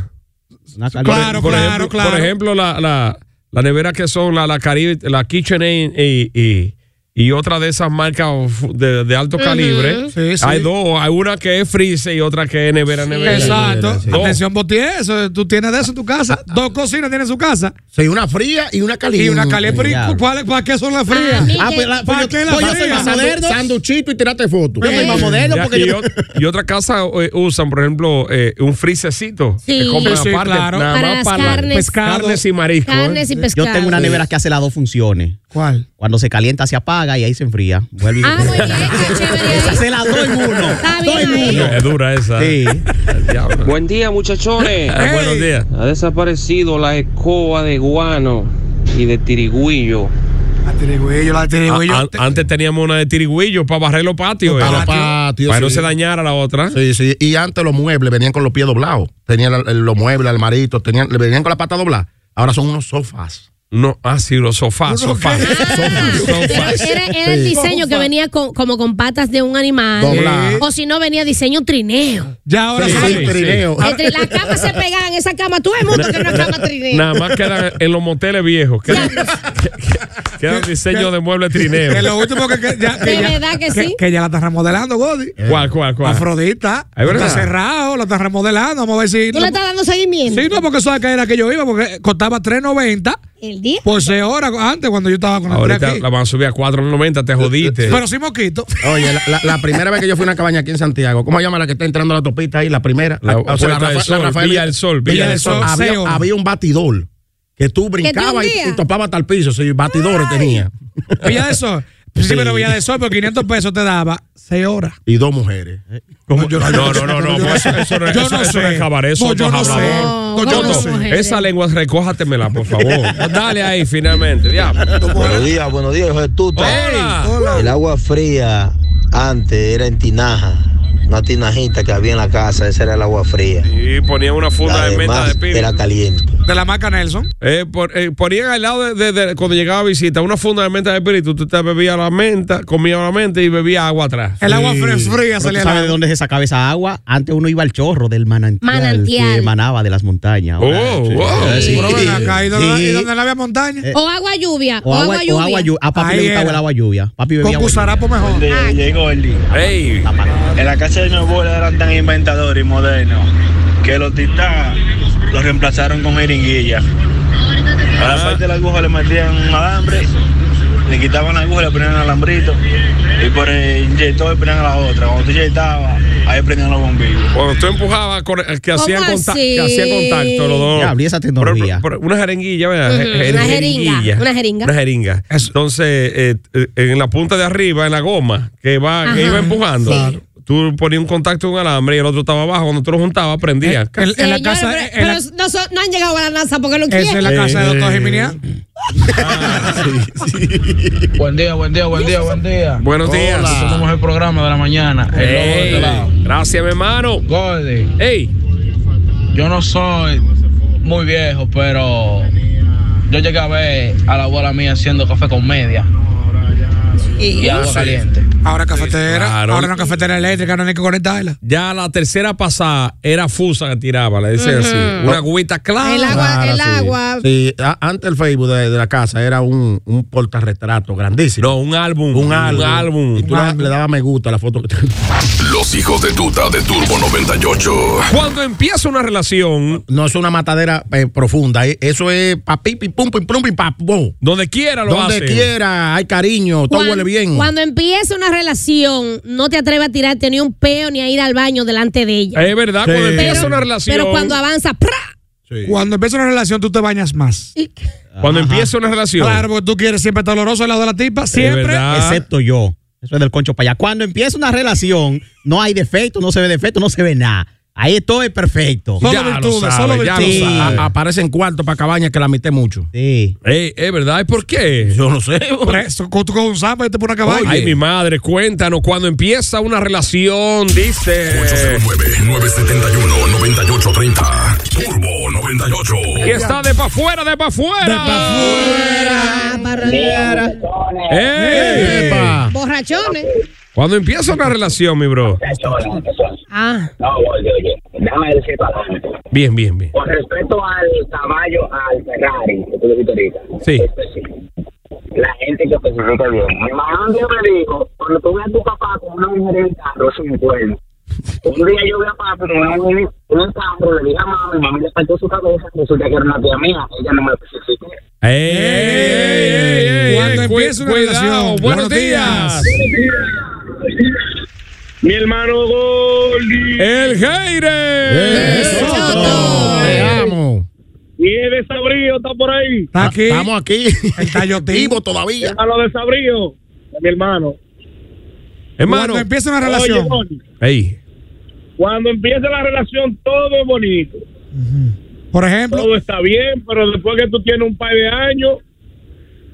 Speaker 6: Claro,
Speaker 5: Por
Speaker 6: claro,
Speaker 5: ejemplo-
Speaker 6: claro.
Speaker 5: Por ejemplo, la, la, la nevera que son la, la, Caribe, la KitchenAid y, y, y otra de esas marcas fu- de, de alto calibre.
Speaker 6: Sí, sí.
Speaker 5: Hay dos, hay una que es freezer y otra que es nevera, nevera.
Speaker 6: Exacto.
Speaker 5: Dos.
Speaker 6: Atención, Botier, eso, tú tienes de eso en tu casa. Dos cocinas tiene en su casa.
Speaker 10: Ah, Sí, una fría y una caliente. Ah, pues
Speaker 6: Y una caliente. Pero ¿y
Speaker 10: Diablo.
Speaker 6: ¿Cuál, ¿Para qué son las frías?
Speaker 8: mí que-
Speaker 6: ¿Para qué las frías?
Speaker 10: Sanduchito y tirate
Speaker 5: Ah,
Speaker 10: fotos.
Speaker 11: Yo soy más moderno
Speaker 5: Ya,
Speaker 11: porque
Speaker 5: y,
Speaker 11: yo.
Speaker 5: ot- y otra casa eh, usan, por ejemplo, eh, un freezercito.
Speaker 8: Sí.
Speaker 5: que compran
Speaker 8: Sí, sí,
Speaker 5: aparte,
Speaker 6: claro.
Speaker 5: nada
Speaker 8: Para
Speaker 5: más
Speaker 8: las
Speaker 5: para la-
Speaker 8: carnes. Pescado.
Speaker 5: carnes y marisco. ¿eh?
Speaker 8: Carnes y
Speaker 11: Yo
Speaker 8: pescado.
Speaker 11: tengo una nevera que hace las dos funciones.
Speaker 6: ¿Cuál?
Speaker 11: Cuando se calienta se apaga y ahí se enfría. Vuelve y-
Speaker 8: Ah, muy bien, qué chévere.
Speaker 11: Esa se la doy en uno.
Speaker 8: Está
Speaker 11: Doy en
Speaker 8: bien ahí.
Speaker 11: uno.
Speaker 5: Es dura esa. ¿eh?
Speaker 11: Sí.
Speaker 18: Buen día, muchachones.
Speaker 5: Ah, buenos días.
Speaker 18: Ha desaparecido la escoba de guano y de tirigüillo.
Speaker 6: La tirigüillo, la tirigüillo.
Speaker 5: A- an- antes teníamos una de tirigüillo para barrer los patios.
Speaker 10: Para
Speaker 5: eh.
Speaker 10: los patios,
Speaker 5: Para no
Speaker 10: sí.
Speaker 5: se dañara la otra.
Speaker 10: Sí, sí. Y antes los muebles venían con los pies doblados. Tenían la- los muebles, el marito, tenían, le venían con la pata doblada. Ahora son unos sofás.
Speaker 5: No, ah, sí, los sofás, sofás.
Speaker 6: Ah,
Speaker 8: Era,
Speaker 5: sofás.
Speaker 8: era- era el
Speaker 10: Sí.
Speaker 8: diseño que venía con- como con patas de un animal.
Speaker 10: Doblado.
Speaker 8: O si no, venía diseño trineo.
Speaker 6: Ya ahora
Speaker 10: Sí,
Speaker 6: son-
Speaker 10: sí, trineo.
Speaker 5: Ah,
Speaker 8: Entre las camas se pegaban, esa cama, todo el mundo que era una cama trineo.
Speaker 5: Nada más quedan en los moteles viejos. Quedan, quedan diseños de muebles
Speaker 6: Que
Speaker 5: trineo.
Speaker 6: lo último que, que ya.
Speaker 8: De
Speaker 6: ya-
Speaker 8: verdad que sí.
Speaker 6: Que ya la están remodelando, Godi.
Speaker 10: Eh.
Speaker 5: ¿Cuál, cuál, cuál?
Speaker 6: Afrodita.
Speaker 5: Es verdad.
Speaker 6: Está cerrado, la están remodelando. Vamos a ver si.
Speaker 8: Tú le estás dando seguimiento.
Speaker 6: Sí, no, porque eso era que yo iba, porque costaba 3.90
Speaker 8: El día.
Speaker 6: por 6 horas antes cuando yo estaba con el
Speaker 5: Ahorita
Speaker 6: aquí.
Speaker 5: la van a subir a 4.90, te jodiste.
Speaker 6: Pero sí, Moquito.
Speaker 10: Eh, Oye, la, la- la primera vez que yo fui a una cabaña aquí en Santiago, ¿cómo se llama la que está entrando a la topista ahí? La primera.
Speaker 5: La-
Speaker 10: O sea,
Speaker 5: Puerta del
Speaker 10: Rafa-
Speaker 5: Sol,
Speaker 10: Rafael-
Speaker 5: Villa del Sol, Villa del Sol,
Speaker 10: Había,
Speaker 6: Seo.
Speaker 10: había un batidor que tú brincabas y,
Speaker 8: hundía?
Speaker 10: y topabas hasta el piso. Sí, batidores tenía.
Speaker 6: Villa de Sol. Sí,
Speaker 10: Sí.
Speaker 6: pero Villa de Sol, por 500 pesos te daba 6 horas.
Speaker 10: Y dos mujeres.
Speaker 5: No, no, no, no. pues Eso, eso no es-
Speaker 6: Yo
Speaker 5: eso-
Speaker 6: no
Speaker 5: eso no
Speaker 6: sé.
Speaker 5: es cabaret, eso
Speaker 6: No, yo
Speaker 5: no es
Speaker 6: no sé.
Speaker 5: hablador.
Speaker 6: No,
Speaker 5: Toto,
Speaker 6: yo no sé.
Speaker 5: Esa lengua, recójatemela, por favor. Dale ahí, finalmente. diablo.
Speaker 19: Buenos días, buenos días, hijo de tuta.
Speaker 5: Hola.
Speaker 19: El agua fría antes era en tinaja, una tinajita que había en la casa, esa era el agua fría.
Speaker 5: Y ponía una funda de menta
Speaker 19: Además,
Speaker 5: de pino.
Speaker 19: era caliente.
Speaker 6: De la marca Nelson.
Speaker 5: Eh, por- eh, ponían al lado de, de- de- cuando llegaba a visita una funda de menta de espíritu. Tú te bebías la menta, comías la menta y bebías agua atrás.
Speaker 6: El agua fres- fría
Speaker 11: Pero tú
Speaker 6: salía
Speaker 11: sabes
Speaker 6: la.
Speaker 11: de dónde se sacaba esa agua? Antes uno iba al chorro del manantial,
Speaker 8: Manantial.
Speaker 11: que emanaba de las montañas.
Speaker 5: Oh, wow.
Speaker 11: Ah, Sí.
Speaker 6: Pero ven acá, ¿y dónde,
Speaker 11: Sí.
Speaker 6: y dónde la había montaña?
Speaker 8: O agua lluvia. O,
Speaker 11: O agua,
Speaker 8: lluvia.
Speaker 11: o agua lluvia. Ah, A papi
Speaker 6: Ahí
Speaker 11: le
Speaker 6: era.
Speaker 11: gustaba el agua lluvia. Papi bebía
Speaker 6: Con
Speaker 11: agua lluvia.
Speaker 6: Cusarapo mejor.
Speaker 19: Llegó Gordy.
Speaker 5: Ey,
Speaker 19: En la casa de mi abuela eran tan inventadores y modernos que los titán los reemplazaron con jeringuillas. A
Speaker 5: Ah.
Speaker 19: la parte de la aguja le metían un alambre, le quitaban la aguja, le ponían el alambrito y por el inyector le ponían la otra. Cuando tú inyectabas, ahí prendían los bombillos.
Speaker 5: cuando tú empujabas con- eh, que
Speaker 8: ¿Cómo
Speaker 5: hacían, conta-
Speaker 8: así?
Speaker 5: que hacían contacto los dos.
Speaker 11: Ya, abrí Oh. esa
Speaker 5: Por ejemplo,
Speaker 11: tecnología.
Speaker 5: por- una jeringuilla, ¿verdad?
Speaker 8: Ujú,
Speaker 5: Je-
Speaker 8: una
Speaker 5: jeringuilla.
Speaker 8: jeringa, una jeringa.
Speaker 5: Una jeringa. Entonces, eh, eh, en la punta de arriba, en la goma, que, va, que
Speaker 8: Ajá,
Speaker 5: iba empujando,
Speaker 8: sí.
Speaker 5: tú ponías un contacto de un alambre y el otro estaba abajo. Cuando tú lo juntabas, prendía.
Speaker 6: En, en la
Speaker 8: Señores,
Speaker 6: casa.
Speaker 8: pero,
Speaker 6: en la-
Speaker 8: pero no, son- no han llegado a la NASA porque lo
Speaker 6: Esa es
Speaker 8: quieren.
Speaker 6: la casa de
Speaker 5: Eh,
Speaker 6: Doctor Jiménez.
Speaker 5: Ah,
Speaker 20: Buen día, buen día, buen día, buen día.
Speaker 5: Buenos días.
Speaker 20: Nosotros Tenemos el programa de la mañana. El lobo de
Speaker 5: Ey,
Speaker 20: este lado.
Speaker 5: gracias, mi hermano.
Speaker 20: Gordy,
Speaker 5: Ey,
Speaker 20: yo no soy muy viejo, pero
Speaker 21: yo llegué a ver a la abuela mía haciendo café con media. Y, agua
Speaker 6: Sí.
Speaker 21: caliente.
Speaker 6: Ahora cafetera,
Speaker 5: Claro.
Speaker 6: ahora una cafetera eléctrica, no hay que conectarla.
Speaker 5: Ya la tercera pasada era Fusa que tiraba, le decía
Speaker 6: Ujú.
Speaker 5: así. Una agüita clara.
Speaker 8: El agua, el agua.
Speaker 10: Sí, a- antes el Facebook de, de la casa era un, un portarretrato grandísimo. No,
Speaker 5: un álbum.
Speaker 10: Un álbum. Y tú le, le dabas me gusta a la foto que te-
Speaker 4: Los hijos de tuta de Turbo 98.
Speaker 5: Cuando empieza una relación.
Speaker 10: No es una matadera eh, profunda. eh, Eso es papi, pi, pum, pim, plum, pim, pap, bum.
Speaker 5: Donde quiera
Speaker 8: lo
Speaker 10: Donde
Speaker 8: hacen.
Speaker 10: quiera, hay cariño, todo
Speaker 8: Cuan-
Speaker 10: huele bien.
Speaker 8: Cuando empieza una relación, no te atreves a tirarte ni un peo ni a ir al baño delante de ella.
Speaker 5: Es verdad, cuando
Speaker 8: Pero-
Speaker 5: empieza una relación.
Speaker 8: Pero cuando avanza, ¡pra!
Speaker 6: Cuando empieza una relación, tú te bañas más.
Speaker 5: Cuando empieza una relación.
Speaker 6: Claro, porque tú quieres siempre estar oloroso al lado de la tipa, siempre.
Speaker 11: Excepto yo. Eso es del concho para allá. Cuando empieza una relación, no hay defecto, no se ve defecto, no se ve nada. Ahí todo es perfecto.
Speaker 10: Ya lo sabe, ya lo sabe.
Speaker 11: Ah,
Speaker 10: A- Aparecen cuartos para cabañas que la mité mucho.
Speaker 11: Sí.
Speaker 5: Ey, es Eh, verdad, ¿y por qué?
Speaker 10: Yo no sé.
Speaker 6: Preso, con- tú con un sapo y te pones a caballo.
Speaker 5: Ay, mi madre, cuéntanos, cuando empieza una relación, dice.
Speaker 4: 971-9830. Turbo 98.
Speaker 5: Y está de pa' afuera, de pa' afuera. ¡Ey!
Speaker 8: Borrachones.
Speaker 5: Cuando empieza una relación, mi bro.
Speaker 8: Ah.
Speaker 9: Déjame decirte algo.
Speaker 5: Bien, bien, bien.
Speaker 9: Con respecto al caballo, al Ferrari, que tú dijiste ahorita. Este,
Speaker 5: Sí.
Speaker 9: La gente que especifica bien. Mi mamá un día me dijo, cuando tú veas a tu papá con una mujer en el carro, sin cuerno. Un día yo vi a papá con una mujer en el carro, le dije a mami, mami le partió su cabeza, resulta que era una tía mía, ella no me lo especificó.
Speaker 5: Cuando
Speaker 9: empieza una relación.
Speaker 5: Buenos días.
Speaker 9: Mi hermano Gordy.
Speaker 5: El Jaire.
Speaker 10: Te amo.
Speaker 9: Y el desabrío está por ahí.
Speaker 6: Está aquí.
Speaker 10: Estamos aquí. Vivo todavía.
Speaker 9: A lo desabrío, mi hermano.
Speaker 5: Hermano.
Speaker 9: Cuando empieza una relación. Oye, Bonnie.
Speaker 5: Ey.
Speaker 9: Cuando empieza la relación, todo es bonito.
Speaker 6: Por ejemplo.
Speaker 9: Todo está bien, pero después que tú tienes un par de años,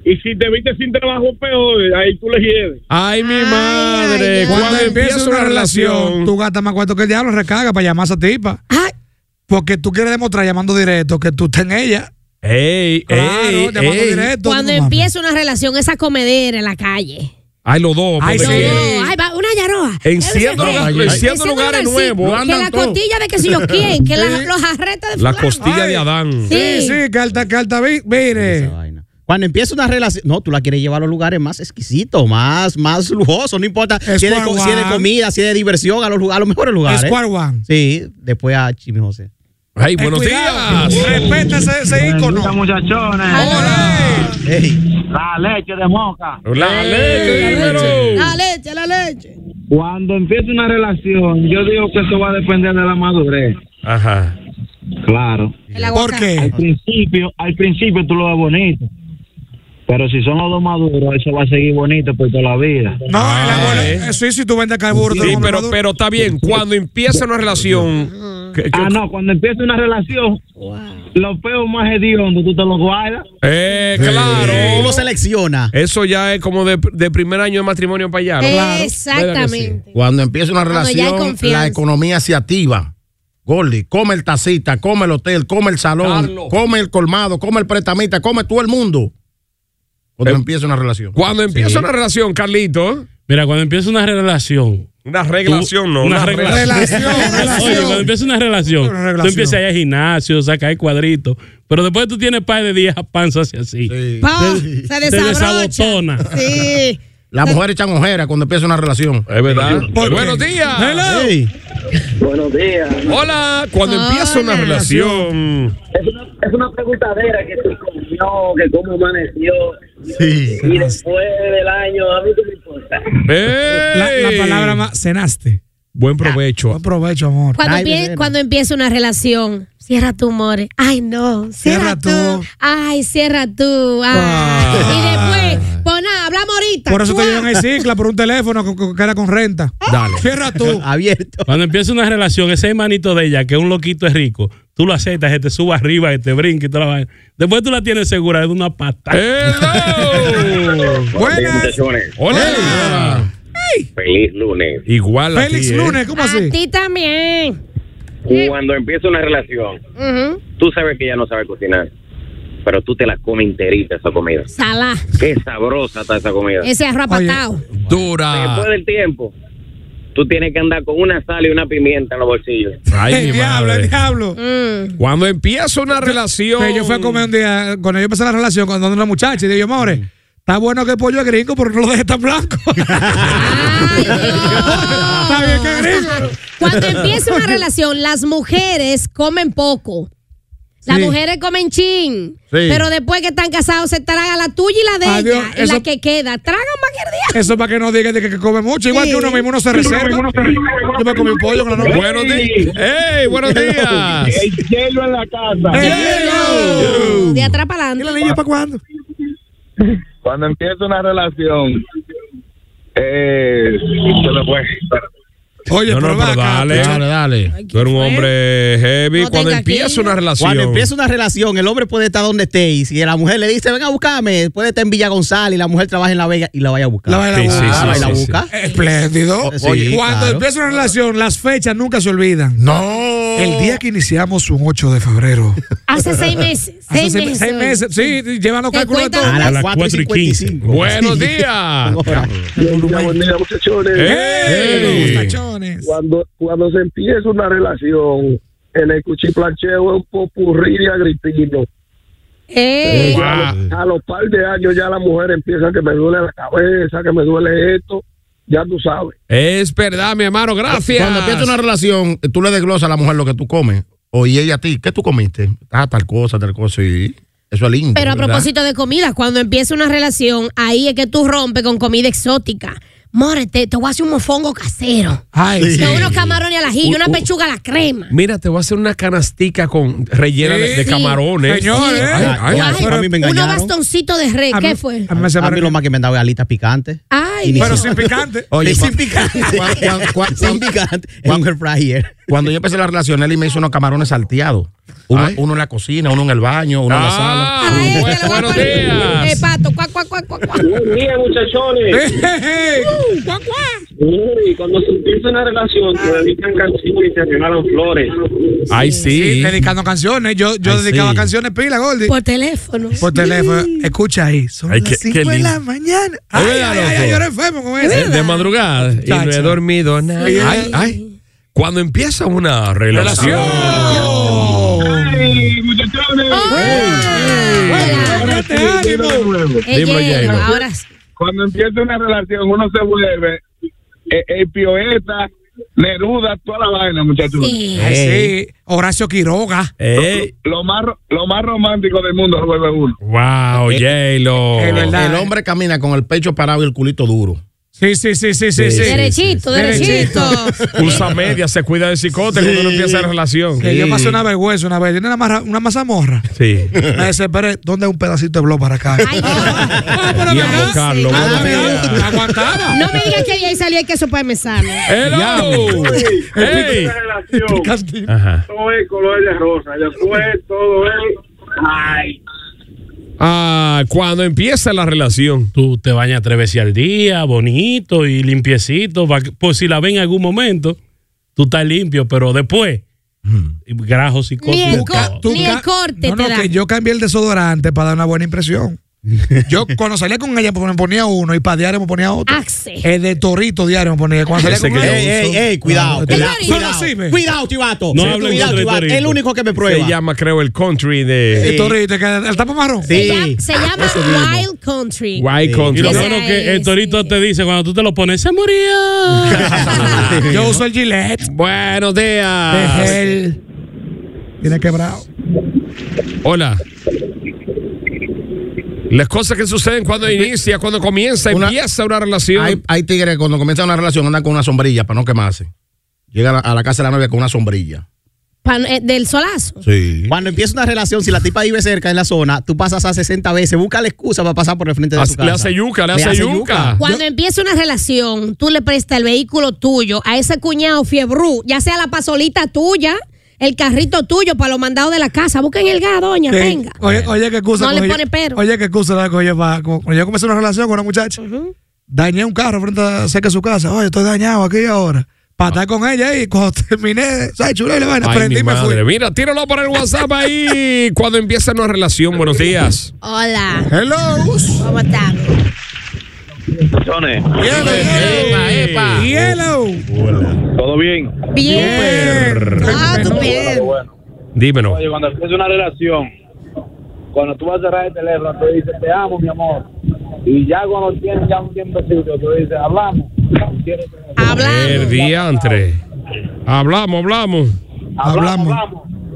Speaker 9: y si te viste sin trabajo, peor, ahí tú le hieres.
Speaker 5: Ay, mi madre.
Speaker 6: Cuando, empieza una, relación, tú gastas más cuarto que el diablo, recarga para llamar a esa tipa. Porque tú quieres demostrar llamando directo que tú estás en ella.
Speaker 5: Ey, ey,
Speaker 6: llamando
Speaker 5: ey.
Speaker 6: directo.
Speaker 8: Cuando empieza una relación, esa comedera en la calle.
Speaker 5: Ay, los dos.
Speaker 8: Ay,
Speaker 5: porque-
Speaker 8: no, ay, va, una yaroa.
Speaker 5: En cierto
Speaker 8: Eh,
Speaker 5: lugar-
Speaker 8: eh, eh,
Speaker 5: en cierto lugares
Speaker 8: sí,
Speaker 5: nuevos,
Speaker 8: Que
Speaker 5: andan
Speaker 8: la
Speaker 5: todos.
Speaker 8: costilla de que si yo quién, que la-
Speaker 6: Sí.
Speaker 8: los arretas de
Speaker 5: La
Speaker 8: fulano.
Speaker 5: costilla de Adán.
Speaker 8: Sí.
Speaker 6: Sí, sí, carta, carta, vi- mire.
Speaker 11: Cuando empieza una relación, no, tú la quieres llevar a los lugares más exquisitos, más, más lujosos, no importa si es, de, co-
Speaker 6: Square
Speaker 11: si es de
Speaker 6: One.
Speaker 11: comida, si es de diversión, a los, lu- a los mejores lugares.
Speaker 6: Square One.
Speaker 11: Sí, después a Chimi José.
Speaker 5: Ay,
Speaker 6: buenos eh, cuidado. días. Respeta ese- ese ícono.
Speaker 9: muchachones. La leche de moca.
Speaker 5: La
Speaker 9: leche, dímelo.
Speaker 8: La leche, la leche.
Speaker 9: Cuando empieza una relación, yo digo que eso va a depender de la madurez.
Speaker 5: Ajá.
Speaker 9: Claro.
Speaker 6: ¿Por
Speaker 9: Al
Speaker 6: qué?
Speaker 9: principio, al principio tú lo ves bonito. Pero si son los dos maduros, eso va a seguir bonito por toda la vida.
Speaker 6: No, el abuelo, eh, sí, si tú vendes carburo, te lo
Speaker 5: Ah, Sí,
Speaker 6: comes
Speaker 5: pero,
Speaker 6: maduro.
Speaker 5: pero está bien. Cuando empieza una relación. que- que-
Speaker 9: Ah, no, cuando empieza una relación, lo peor más hediondo, tú te lo guardas.
Speaker 5: Eh, claro.
Speaker 11: Tú lo seleccionas.
Speaker 5: Eso ya es como de, de primer año de matrimonio para allá. ¿no? ¿Verdad que sí?
Speaker 8: Exactamente.
Speaker 10: Cuando empieza una
Speaker 8: Cuando ya hay
Speaker 10: relación,
Speaker 8: confianza.
Speaker 10: la economía se activa. Gordy, come el tacita, come el hotel, come el salón,
Speaker 5: Carlos.
Speaker 10: come el colmado, come el prestamita, come todo el mundo. Cuando empieza una relación.
Speaker 5: Cuando empieza una relación, Carlito.
Speaker 22: Mira, cuando empieza una relación.
Speaker 5: Una reglación, no.
Speaker 22: Una,
Speaker 5: regla-
Speaker 22: regla- Oye, cuando empieza una relación,
Speaker 5: Una relación.
Speaker 22: tú empiezas a ir al gimnasio, saca el cuadrito. Pero después tú tienes par de días a panza así. así.
Speaker 8: Pa, se
Speaker 22: Te- te
Speaker 8: desabrocha.
Speaker 22: desabotona.
Speaker 8: Sí.
Speaker 10: Las mujeres echan ojeras cuando empieza una relación.
Speaker 5: Es verdad. Buenos días.
Speaker 9: Buenos días.
Speaker 5: Hola. Cuando empieza una relación.
Speaker 9: Es una, es una preguntadera que tú comió, que cómo amaneció.
Speaker 10: Sí.
Speaker 9: Y después del año, a mí qué me importa.
Speaker 6: La, la palabra más, cenaste.
Speaker 5: Buen provecho.
Speaker 6: Buen provecho, amor.
Speaker 8: Cuando, empie- cuando empieza una relación, cierra tu more. Ay, no, cierra,
Speaker 6: Cierra
Speaker 8: tú.
Speaker 6: tú.
Speaker 8: Ay, cierra tú. Ay.
Speaker 6: Ah.
Speaker 8: Y después, pues nada, hablamos ahorita.
Speaker 6: Por eso te
Speaker 8: Chua.
Speaker 6: llevan el cicla por un teléfono con- con- que era con renta.
Speaker 22: Dale.
Speaker 6: Cierra tú.
Speaker 11: Abierto.
Speaker 22: Cuando empieza una relación, ese hermanito de ella, que un loquito es rico, tú lo aceptas, que te suba arriba, que te brinque y toda la vaina. Después tú la tienes segura de una pata.
Speaker 5: Buenas. Hola.
Speaker 12: Feliz lunes.
Speaker 5: Igual. ¿eh?
Speaker 6: Félix Lunes, ¿cómo así?
Speaker 8: A ti también.
Speaker 12: Cuando empieza una relación,
Speaker 8: Ujú.
Speaker 12: tú sabes que ya no sabe cocinar. pero tú te la comes enterita esa comida.
Speaker 8: Salá.
Speaker 12: Qué sabrosa está esa comida.
Speaker 8: Ese arroz apatado.
Speaker 12: Dura.
Speaker 5: Ah.
Speaker 12: Después del tiempo, tú tienes que andar con una sal y una pimienta en los bolsillos.
Speaker 5: Ay, mi madre.
Speaker 6: diablo.
Speaker 8: Mm.
Speaker 5: Cuando empieza una relación.
Speaker 6: Yo fui a comer un día, cuando yo empecé la relación con una muchacha, y digo, more, está bueno que el pollo es gringo, pero no lo dejes tan blanco.
Speaker 8: Cuando empieza una relación, las mujeres comen poco. Las
Speaker 6: Sí.
Speaker 8: mujeres comen chin.
Speaker 6: Sí.
Speaker 8: Pero después que están casados, se traga la tuya y la de
Speaker 6: Adiós,
Speaker 8: ella. Y
Speaker 6: eso-
Speaker 8: la que queda. Tragan más que el día.
Speaker 6: Eso para que no digas de que, que come mucho. Igual
Speaker 8: Sí.
Speaker 6: que uno mismo no se
Speaker 8: Sí, uno
Speaker 6: reserva.
Speaker 8: mismo
Speaker 6: Yo me comí un pollo con la novia.
Speaker 5: Buenos días. ¡Ey, buenos días!
Speaker 6: El
Speaker 9: hielo en la casa.
Speaker 8: De atrás para adelante.
Speaker 6: ¿Y para cuándo?
Speaker 9: Cuando empieza una relación, eh, se me fue.
Speaker 6: Oye,
Speaker 5: no, no, pero dale,
Speaker 10: Dale, dale.
Speaker 5: Tú eres un hombre heavy.
Speaker 11: No
Speaker 5: Cuando
Speaker 11: tenga
Speaker 5: empieza una relación.
Speaker 11: Cuando empieza una relación, el hombre puede estar donde esté y si la mujer le dice, ven a buscarme, puede estar en Villa González y la mujer trabaja en La Vega y la vaya a buscar. Ah,
Speaker 6: La va a la
Speaker 11: Sí, sí,
Speaker 6: busca.
Speaker 11: sí,
Speaker 6: La va a
Speaker 11: sí,
Speaker 6: la
Speaker 11: sí.
Speaker 6: busca. Espléndido.
Speaker 11: Sí,
Speaker 6: Oye, cuando
Speaker 11: claro.
Speaker 6: empieza una relación, las fechas nunca se olvidan. No. El día que iniciamos un 8 de febrero.
Speaker 8: Hace seis meses.
Speaker 6: Hace
Speaker 8: Seis meses.
Speaker 6: Seis meses. Sí, llevan los
Speaker 8: Te
Speaker 6: cálculos de
Speaker 8: cuentan
Speaker 6: todo.
Speaker 8: A las A las
Speaker 5: 4 y 15. Buenos días.
Speaker 23: Buen día, muchachones.
Speaker 5: ¡Ey!
Speaker 23: Cuando, cuando se empieza una relación, en el cuchiplancheo es un popurrí de agripino.
Speaker 8: Ey.
Speaker 23: A, los, a los par de años ya la mujer empieza que me duele la cabeza, que me duele esto, ya tú sabes.
Speaker 5: Es verdad, mi hermano, gracias.
Speaker 10: Cuando empieza una relación, eh, tú le desglosas a la mujer lo que tú comes. O y ella a ti, ¿qué tú comiste? Ah, tal cosa, tal cosa. Y eso es lindo.
Speaker 8: Pero a
Speaker 10: ¿verdad?
Speaker 8: propósito de comida, cuando empieza una relación, ahí es que tú rompes con comida exótica. Mórete, te voy a hacer un mofongo casero.
Speaker 5: Ay, sí.
Speaker 8: Con unos camarones al ajillo,
Speaker 5: Un-
Speaker 6: Uh,
Speaker 8: una
Speaker 5: un-
Speaker 8: pechuga a la crema.
Speaker 5: Mira, te voy a hacer una canastica con rellena de, de
Speaker 8: Sí.
Speaker 5: camarones.
Speaker 6: Señores.
Speaker 5: Ay, ay,
Speaker 11: Ay,
Speaker 5: ay.
Speaker 11: a mí me
Speaker 8: Unos
Speaker 11: engañaron.
Speaker 8: bastoncitos de res. ¿Qué fue?
Speaker 11: A mí lo más que me han dado es alitas picantes.
Speaker 8: Ay,
Speaker 11: Inicio.
Speaker 8: Dios.
Speaker 6: picante.
Speaker 10: Oye,
Speaker 11: Sí, sin
Speaker 10: cua-
Speaker 11: picante.
Speaker 10: cua- cua- cua-
Speaker 11: Sin picante. En un air fryer.
Speaker 10: Cuando yo empecé la relación, Eli me hizo unos camarones salteados. Uno, uno en la cocina, uno en el baño, uno en
Speaker 5: Ah.
Speaker 10: la
Speaker 11: Ah,
Speaker 10: sala.
Speaker 8: Ay, que le voy a
Speaker 5: Buenos
Speaker 8: poner-
Speaker 5: días.
Speaker 8: Eh, pato, cuac, cuac, cuac, cuac, cuac.
Speaker 23: Buen día,
Speaker 10: Eh,
Speaker 23: muchachones.
Speaker 8: Uh, cuac, cuac.
Speaker 23: Y cuando se empieza una relación, se dedican canciones y se regalan flores.
Speaker 5: Ay, sí.
Speaker 6: Dedicando canciones. Yo, yo
Speaker 5: Ay,
Speaker 6: dedicaba
Speaker 5: sí.
Speaker 6: canciones pila, Gordy.
Speaker 8: Por teléfono.
Speaker 6: Por teléfono. Escucha ahí. Son
Speaker 5: Ay, qué-
Speaker 6: las
Speaker 5: qué
Speaker 6: 5 de
Speaker 5: lindo. Eh,
Speaker 6: la mañana.
Speaker 5: Ay,
Speaker 6: Ay, ay,
Speaker 5: ¿verdad,
Speaker 6: ay,
Speaker 5: loco?
Speaker 6: yo era enfermo con
Speaker 5: De-
Speaker 6: eso.
Speaker 5: De madrugada y no he
Speaker 6: Chacho.
Speaker 5: dormido nada.
Speaker 6: Sí.
Speaker 5: Ay, ay. Cuando empieza una relación.
Speaker 23: ¡Ay, muchachones!
Speaker 8: Eh,
Speaker 5: Dímelo,
Speaker 8: hielo,
Speaker 5: Jane.
Speaker 8: Ahora sí.
Speaker 23: cuando empieza una relación, uno se vuelve el, el pioeta, Neruda, toda la vaina, muchachos.
Speaker 8: Sí.
Speaker 6: Ay, sí. Horacio Quiroga.
Speaker 5: Ey,
Speaker 23: Lo más, ro- lo más romántico del mundo se vuelve uno.
Speaker 5: Wow, J-Lo.
Speaker 6: Eh, es verdad.
Speaker 10: El hombre camina con el pecho parado y el culito duro.
Speaker 6: Sí, sí, sí, sí, sí. sí.
Speaker 8: Derechito, derechito.
Speaker 5: Usa media, se cuida del cicote cuando uno empieza la relación.
Speaker 6: Que yo pasé una vergüenza una vez. Yo tenía una, marra- una mazamorra.
Speaker 5: Sí.
Speaker 6: Me desesperé. ¿Dónde hay un pedacito de blog para acá?
Speaker 8: Ay,
Speaker 6: Ah, pero
Speaker 5: Y
Speaker 6: ven acá.
Speaker 5: abocarlo,
Speaker 6: Ah,
Speaker 5: madre.
Speaker 6: pero Aguantaba.
Speaker 8: no me digas que ahí salió el queso para el mesano.
Speaker 5: ¡Hello! ¡Ey!
Speaker 23: Una relación,
Speaker 5: Ajá.
Speaker 23: todo es color de rosa, después todo es... Ay,
Speaker 5: Ah, cuando empieza la relación.
Speaker 22: Tú te bañas tres veces al día, bonito y limpiecito. pa' que- Por si la ven en algún momento, tú estás limpio, pero después, grajos y
Speaker 8: Ni
Speaker 22: cosas.
Speaker 8: el, co-
Speaker 6: Tú
Speaker 8: ni
Speaker 6: ca-
Speaker 8: el corte
Speaker 6: No,
Speaker 8: te
Speaker 6: no,
Speaker 8: da.
Speaker 6: que yo cambié el desodorante para dar una buena impresión. Yo cuando salía con ella pues, me ponía uno y para diario me ponía otro.
Speaker 8: Axe.
Speaker 6: El de torito diario me ponía. Cuando salía
Speaker 5: Ese
Speaker 6: con
Speaker 5: que
Speaker 6: ella,
Speaker 5: yo Ah,
Speaker 11: Ey, ey, ey, cuidado.
Speaker 6: El
Speaker 11: Cuidado,
Speaker 6: torito.
Speaker 11: cuidado.
Speaker 6: Solo sirve.
Speaker 11: Cuidado, chivato.
Speaker 22: No
Speaker 11: Sí,
Speaker 22: hablen
Speaker 11: cuidado,
Speaker 22: del
Speaker 11: chivato.
Speaker 22: torito.
Speaker 11: El único que me
Speaker 5: Se
Speaker 11: prueba.
Speaker 5: llama, creo, el country de
Speaker 6: el torito, que el tapa marrón.
Speaker 8: Se
Speaker 11: Sí.
Speaker 8: llama- Se llama Wild Country.
Speaker 5: White
Speaker 22: Y
Speaker 5: Country.
Speaker 22: lo
Speaker 8: Esa
Speaker 22: bueno que
Speaker 8: es,
Speaker 22: el torito te dice cuando tú te lo pones, se murió.
Speaker 6: Yo uso el Gillette.
Speaker 5: Buenos
Speaker 6: de
Speaker 5: días.
Speaker 6: gel. Tiene quebrado.
Speaker 5: Hola. Las cosas que suceden cuando inicia, cuando comienza,
Speaker 10: Una-
Speaker 5: empieza una relación.
Speaker 10: Hay, hay tigres que cuando comienzan una relación andan con una sombrilla para no quemarse. Llega a la, a la casa de la novia con una sombrilla.
Speaker 8: Pan- eh, del solazo.
Speaker 10: Sí.
Speaker 11: Cuando empieza una relación, si la tipa vive cerca en la zona, tú pasas a 60 veces, busca la excusa para pasar por el frente de
Speaker 5: Hace-
Speaker 11: tu
Speaker 5: le
Speaker 11: casa.
Speaker 5: hace yuca, le hace yuca.
Speaker 8: Cuando empieza una relación, tú le prestas el vehículo tuyo a ese cuñado fiebrú, ya sea la pasolita tuya, el carrito tuyo para los mandados de la casa. Busquen el gas, doña,
Speaker 6: Sí.
Speaker 8: venga.
Speaker 6: Oye, oye, qué excusa.
Speaker 8: No le
Speaker 6: cogí yo-
Speaker 8: pone pero.
Speaker 6: Oye, qué excusa la cogí yo pa- como- Cuando yo comencé una relación con una muchacha, dañé un carro frente a, cerca de su casa. Oye, estoy dañado aquí ahora. para estar con ella y cuando terminé, ¿sabes? Chula y la vaina,
Speaker 5: Ay,
Speaker 6: prendí
Speaker 5: mi
Speaker 6: y me fui.
Speaker 5: madre. Mira, tíralo por el WhatsApp ahí cuando empieza una relación. Buenos días.
Speaker 8: Hola.
Speaker 6: Hello.
Speaker 8: ¿Cómo estás?
Speaker 5: Epa, epa.
Speaker 19: ¿Todo bien?
Speaker 8: Bien. Ah, tú bien.
Speaker 5: Dímelo.
Speaker 19: Oye, cuando empieza una relación, cuando tú vas a cerrar el teléfono, te dices, te amo, mi amor. Y ya cuando tienes ya un tiempecito, tú dices, hablamos.
Speaker 5: El diantre. Hablamos, hablamos.
Speaker 6: Hablamos.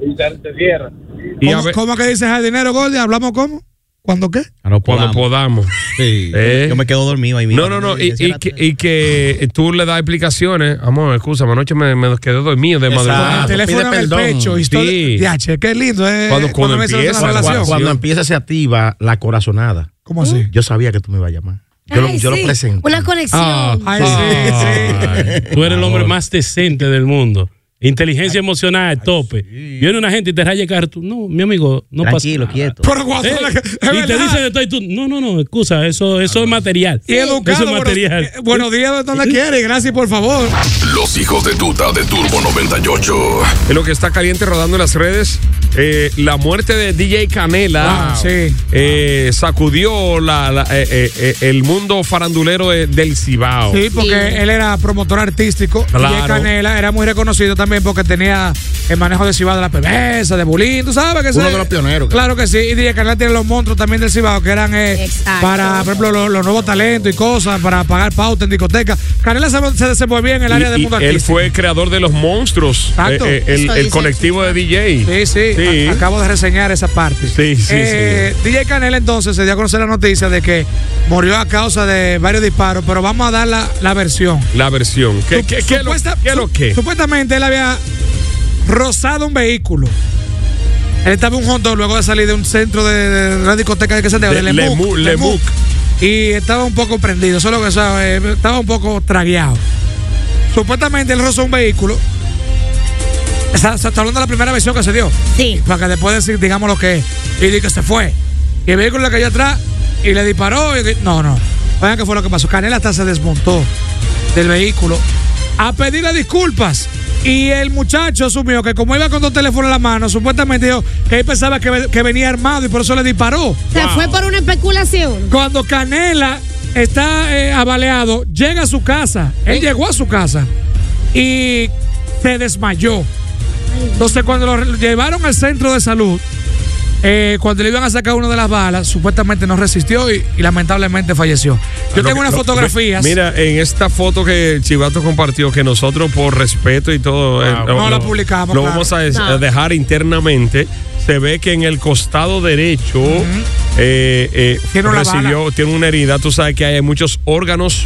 Speaker 19: Y te, te cierra.
Speaker 5: Y a
Speaker 6: ¿Cómo,
Speaker 5: ver-
Speaker 6: cómo que dices jardinero, Gordy? ¿Hablamos cómo? ¿Cuándo qué?
Speaker 5: Cuando podamos.
Speaker 11: Yo me quedo dormido ahí mismo.
Speaker 5: No, no, no. Y, y que, y que tú le das explicaciones. Amor, excúsame, anoche me, me quedé dormido de madrugada.
Speaker 6: el teléfono en el pecho. Y todo-
Speaker 5: Sí.
Speaker 6: Diache, qué lindo eh,
Speaker 5: Cuando- cuando
Speaker 6: empieza
Speaker 5: empieza la
Speaker 6: una relación.
Speaker 5: relación.
Speaker 10: Cuando empieza se activa la corazonada.
Speaker 6: ¿Cómo así?
Speaker 10: Yo sabía que tú me ibas a llamar. Yo, lo,
Speaker 8: Ay,
Speaker 10: yo lo
Speaker 8: sí.
Speaker 10: presenté.
Speaker 8: Una conexión.
Speaker 6: Ah,
Speaker 22: Tú eres el hombre más decente del mundo. Inteligencia emocional al tope. Viene una gente y te raya el carro. Tú, no, mi amigo, no pasa
Speaker 11: Tranquilo,
Speaker 22: nada".
Speaker 11: quieto.
Speaker 6: Pero cuando-
Speaker 22: Eh,
Speaker 6: es
Speaker 22: y te
Speaker 6: verdad.
Speaker 22: dice de todo y tú, no, no, no, excusa, eso,
Speaker 11: Ah.
Speaker 22: eso es material.
Speaker 6: Y educado.
Speaker 22: Eso es
Speaker 6: buenos-
Speaker 22: material.
Speaker 6: eh, buenos días, donde quieres. Gracias, por favor.
Speaker 4: Los hijos de tuta de Turbo 98.
Speaker 5: En lo que está caliente rodando en las redes, eh, la muerte de DJ Canela
Speaker 6: Wow, sí.
Speaker 5: eh, sacudió la- la- eh, eh, eh, el mundo farandulero de- del Cibao.
Speaker 6: Sí, porque él era promotor artístico.
Speaker 5: Oh. Claro.
Speaker 6: Y el Canela era muy reconocido también porque tenía el manejo de Cibao de la perversa, de Bulín, tú sabes que
Speaker 10: Uno
Speaker 6: sí?
Speaker 10: de los pioneros.
Speaker 6: Claro que sí. Y DJ Canela tiene los monstruos también del Cibao que eran eh,
Speaker 8: Exacto.
Speaker 6: para, por ejemplo, los, los nuevos talentos y cosas, para pagar pauta en discotecas. Canela se, se desenvolvía en el área
Speaker 5: Y-
Speaker 6: de
Speaker 5: y
Speaker 6: mundo
Speaker 5: él
Speaker 6: artístico.
Speaker 5: fue el creador de los monstruos,
Speaker 6: Exacto.
Speaker 5: eh, eh, el,
Speaker 6: Eso
Speaker 5: el
Speaker 6: dice
Speaker 5: colectivo de DJ.
Speaker 6: Sí, sí,
Speaker 5: Sí.
Speaker 6: a- acabo de reseñar esa parte.
Speaker 5: Sí, sí,
Speaker 6: Eh, DJ Canela entonces se dio a conocer la noticia de que murió a causa de varios disparos, pero vamos a dar la, la versión.
Speaker 5: La versión. ¿Qué, qué- qué es lo-
Speaker 6: Supuesta-
Speaker 5: qué es lo que?
Speaker 6: Supuestamente él había rozado un vehículo. Él estaba en un hot dog luego de salir de un centro de, de una discoteca de que se llama
Speaker 5: De- Lemuc, Lemuc.
Speaker 6: Y estaba un poco prendido, solo que sabe, estaba un poco tragueado. Supuestamente él rozó un vehículo. O sea, se está hablando de la primera versión que se dio.
Speaker 8: Sí.
Speaker 6: Para que después decir, digamos lo que es. Y di que se fue. Y el vehículo le cayó atrás y le disparó. y- no, no. Vean qué fue lo que pasó. Canela hasta se desmontó del vehículo a pedirle disculpas. Y el muchacho asumió que como iba con dos teléfonos en la mano, supuestamente dijo que él pensaba que, ve- que venía armado y por eso le disparó.
Speaker 8: Se fue por una especulación.
Speaker 6: Cuando Canela está eh, abaleado, llega a su casa. Él llegó a su casa y se desmayó. Entonces, cuando lo re- llevaron al centro de salud, eh, cuando le iban a sacar una de las balas, supuestamente no resistió y, y lamentablemente falleció. Yo
Speaker 5: Lo
Speaker 6: tengo
Speaker 5: que-
Speaker 6: unas
Speaker 5: lo-
Speaker 6: fotografías.
Speaker 5: Mira, en esta foto que Chivato compartió, que nosotros por respeto y todo. eh, lo-
Speaker 6: No la
Speaker 5: lo-
Speaker 6: publicamos,
Speaker 5: Lo
Speaker 6: claro.
Speaker 5: vamos a, des-
Speaker 6: No.
Speaker 5: a dejar internamente. Se ve que en el costado derecho eh, eh,
Speaker 6: Tiene una
Speaker 5: recibió, tiene una herida. Tú sabes que hay muchos órganos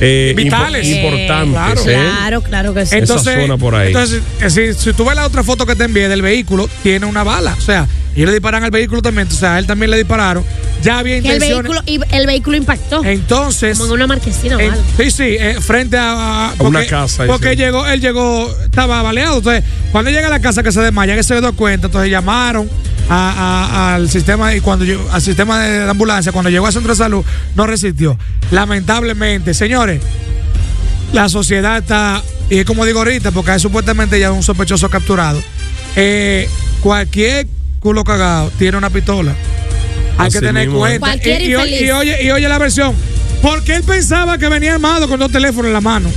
Speaker 5: eh, impo-
Speaker 6: Vitales.
Speaker 5: importantes.
Speaker 6: Claro.
Speaker 5: ¿eh?
Speaker 8: Claro, claro que sí.
Speaker 6: Entonces,
Speaker 5: Esa zona por ahí.
Speaker 6: entonces, eh, si, si tú ves la otra foto que te envié del vehículo, tiene una bala. O sea, y le disparan al vehículo también. O sea, a él también le dispararon. Ya había
Speaker 8: Que el
Speaker 6: intenciones.
Speaker 8: vehículo, y- el vehículo impactó.
Speaker 6: Entonces.
Speaker 8: Como en una marquesina o
Speaker 6: En-
Speaker 8: algo.
Speaker 6: sí, sí, eh, frente a,
Speaker 5: A una casa,
Speaker 6: Porque
Speaker 5: dice.
Speaker 6: llegó, él llegó, estaba baleado. Entonces, cuando llega a la casa que se desmaya, que se dio cuenta, entonces llamaron a- a- al sistema y cuando llegó- al sistema de ambulancia, cuando llegó al centro de salud, no resistió. Lamentablemente, señores, la sociedad está, y es como digo ahorita, porque hay supuestamente ya un sospechoso capturado. Eh, cualquier culo cagado tiene una pistola. Hay
Speaker 5: Así
Speaker 6: que tener
Speaker 5: mismo, ¿eh?
Speaker 6: cuenta.
Speaker 8: Cualquier
Speaker 6: y, y oye-
Speaker 8: infeliz.
Speaker 6: y oye, y oye la versión. Porque él pensaba que venía armado con dos teléfonos en la mano.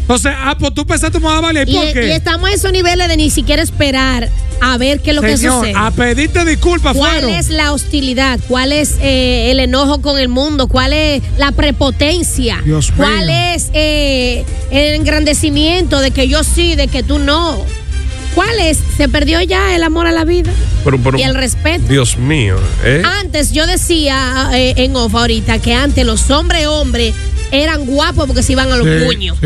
Speaker 6: Entonces, ah, pues tú pensaste que me vas a valer. ¿Y
Speaker 8: Y,
Speaker 6: por qué?
Speaker 8: y estamos a esos niveles de ni siquiera esperar a ver qué es lo que
Speaker 6: Señor,
Speaker 8: sucede.
Speaker 6: a pedirte disculpas,
Speaker 8: ¿Cuál
Speaker 6: fueron.
Speaker 8: es la hostilidad? ¿Cuál es eh, el enojo con el mundo? ¿Cuál es la prepotencia?
Speaker 6: Dios
Speaker 8: ¿Cuál
Speaker 6: mío.
Speaker 8: es eh, el engrandecimiento de que yo sí, de que tú no? ¿Cuál es? Se perdió ya el amor a la vida
Speaker 5: Pero- pero-
Speaker 8: y el respeto. Ah,
Speaker 5: Dios mío. ¿eh?
Speaker 8: Antes yo decía eh, en off ahorita que antes los hombres hombres eran guapos porque se iban a los puños.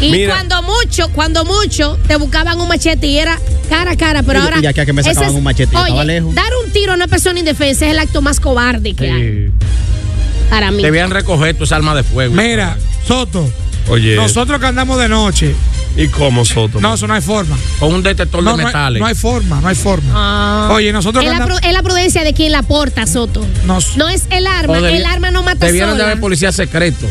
Speaker 8: Y
Speaker 5: Mira.
Speaker 8: cuando mucho, cuando mucho, te buscaban un machete y era cara a cara, pero
Speaker 11: Y-
Speaker 8: ahora.
Speaker 11: y aquí a que me
Speaker 8: ese
Speaker 11: sacaban un machete, yo
Speaker 8: Oye,
Speaker 11: estaba lejos.
Speaker 8: dar un tiro a una persona indefensa es el acto más cobarde que hay para mí.
Speaker 10: Debían recoger tus armas de fuego.
Speaker 6: Mira, Soto,
Speaker 5: Oye.
Speaker 6: nosotros que andamos de noche,
Speaker 5: ¿Y cómo, Soto?
Speaker 6: no, eso no hay forma.
Speaker 10: Con un detector
Speaker 6: No,
Speaker 10: de
Speaker 6: no hay,
Speaker 10: metales.
Speaker 6: no hay forma, no hay forma.
Speaker 8: Ah.
Speaker 6: Oye, nosotros
Speaker 8: es
Speaker 6: que
Speaker 8: la,
Speaker 6: andamos-
Speaker 8: pru- es la prudencia de quien la porta, Soto.
Speaker 6: Nos-
Speaker 8: No es el arma,
Speaker 10: O debi-
Speaker 8: el arma no mata
Speaker 10: Debieron de
Speaker 8: sola.
Speaker 10: haber policías secretos.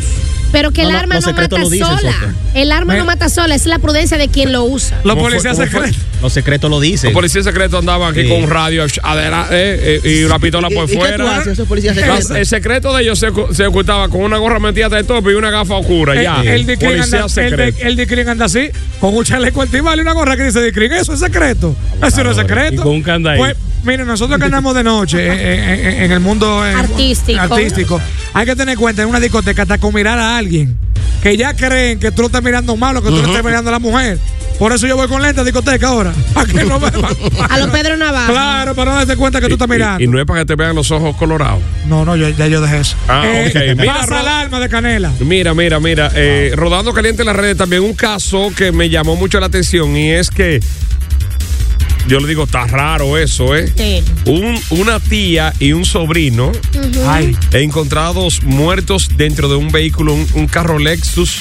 Speaker 8: Pero que el
Speaker 11: No, no,
Speaker 8: arma
Speaker 11: los
Speaker 8: no mata
Speaker 11: secretos lo dicen,
Speaker 8: sola.
Speaker 11: Sofía.
Speaker 8: El arma no mata sola, es la prudencia de quien lo usa.
Speaker 5: Los policías secretos.
Speaker 11: Los secretos lo dicen.
Speaker 5: Los policías secretos andaban aquí
Speaker 11: Sí.
Speaker 5: con un radio adela- eh, eh, y una pistola
Speaker 11: ¿Y-
Speaker 5: por
Speaker 11: y qué
Speaker 5: fuera.
Speaker 11: tú haces, esos policías secretos?
Speaker 5: Las- el secreto de ellos se, ocu- se ocultaba con una gorra metida hasta el tope y una gafa oscura.
Speaker 6: El-
Speaker 5: ya.
Speaker 6: Eh, El, de Crin
Speaker 5: Policía
Speaker 6: anda, el,
Speaker 5: secreto.
Speaker 6: de, el de Crin anda así, con un chaleco antibalas y una gorra que dice de Crin. Eso es secreto. Eso no es secreto.
Speaker 22: Y con un candadito.
Speaker 6: Pues, mire, nosotros que andamos de noche eh, eh, en, en el mundo eh,
Speaker 8: Artístico.
Speaker 6: artístico, hay que tener cuenta en una discoteca hasta con mirar a alguien que ya creen que tú lo estás mirando mal o que tú lo estás mirando a la mujer. Por eso yo voy con lente a discoteca ahora. Para que no me
Speaker 8: A los Pedro Navarro.
Speaker 6: Claro, para no darte cuenta que tú estás mirando.
Speaker 5: Y, y no es para que te vean los ojos colorados.
Speaker 6: No, no, yo, ya yo dejé eso.
Speaker 5: Ah,
Speaker 6: Eh,
Speaker 5: ok. Mira,
Speaker 6: pasa el alma de canela.
Speaker 5: Mira, mira, mira. eh, rodando caliente en las redes también un caso que me llamó mucho la atención y es que yo le digo, está raro eso, ¿eh?
Speaker 8: Sí.
Speaker 5: Un, una tía y un sobrino
Speaker 8: Ujú.
Speaker 5: encontrados muertos dentro de un vehículo, un, un carro Lexus.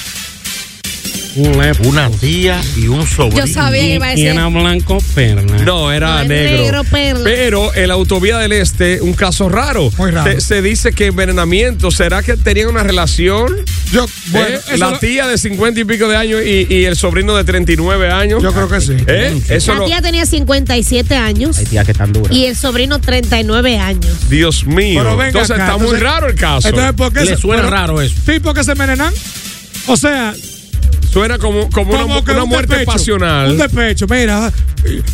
Speaker 10: Una tía y un sobrino.
Speaker 8: Yo sabía que iba a
Speaker 22: Y
Speaker 8: decir.
Speaker 22: era blanco perna.
Speaker 5: No, era
Speaker 8: Ay,
Speaker 5: negro.
Speaker 8: negro, perla.
Speaker 5: Pero en la autovía del Este, un caso raro.
Speaker 6: Muy raro.
Speaker 5: Se, se dice que envenenamiento. ¿Será que tenían una relación?
Speaker 6: Yo, bueno,
Speaker 5: ¿Eh?
Speaker 6: eso
Speaker 5: La
Speaker 6: lo-
Speaker 5: tía de 50 y pico de años y, y el sobrino de 39 años. Yo
Speaker 6: creo que sí.
Speaker 5: ¿Eh? Eso
Speaker 8: la
Speaker 5: lo-
Speaker 8: tía tenía 57 años
Speaker 11: Tía que tan dura.
Speaker 8: y el sobrino 39 años.
Speaker 5: Dios mío.
Speaker 6: Pero venga
Speaker 5: entonces
Speaker 6: acá,
Speaker 5: está muy
Speaker 6: entonces-
Speaker 5: raro el caso.
Speaker 6: Entonces, ¿por qué se- pero- Sí, porque se envenenan. O sea,
Speaker 5: Suena como, como, una-
Speaker 6: como
Speaker 5: una,
Speaker 6: que un
Speaker 5: muerte
Speaker 6: despecho,
Speaker 5: pasional.
Speaker 6: Un despecho, mira.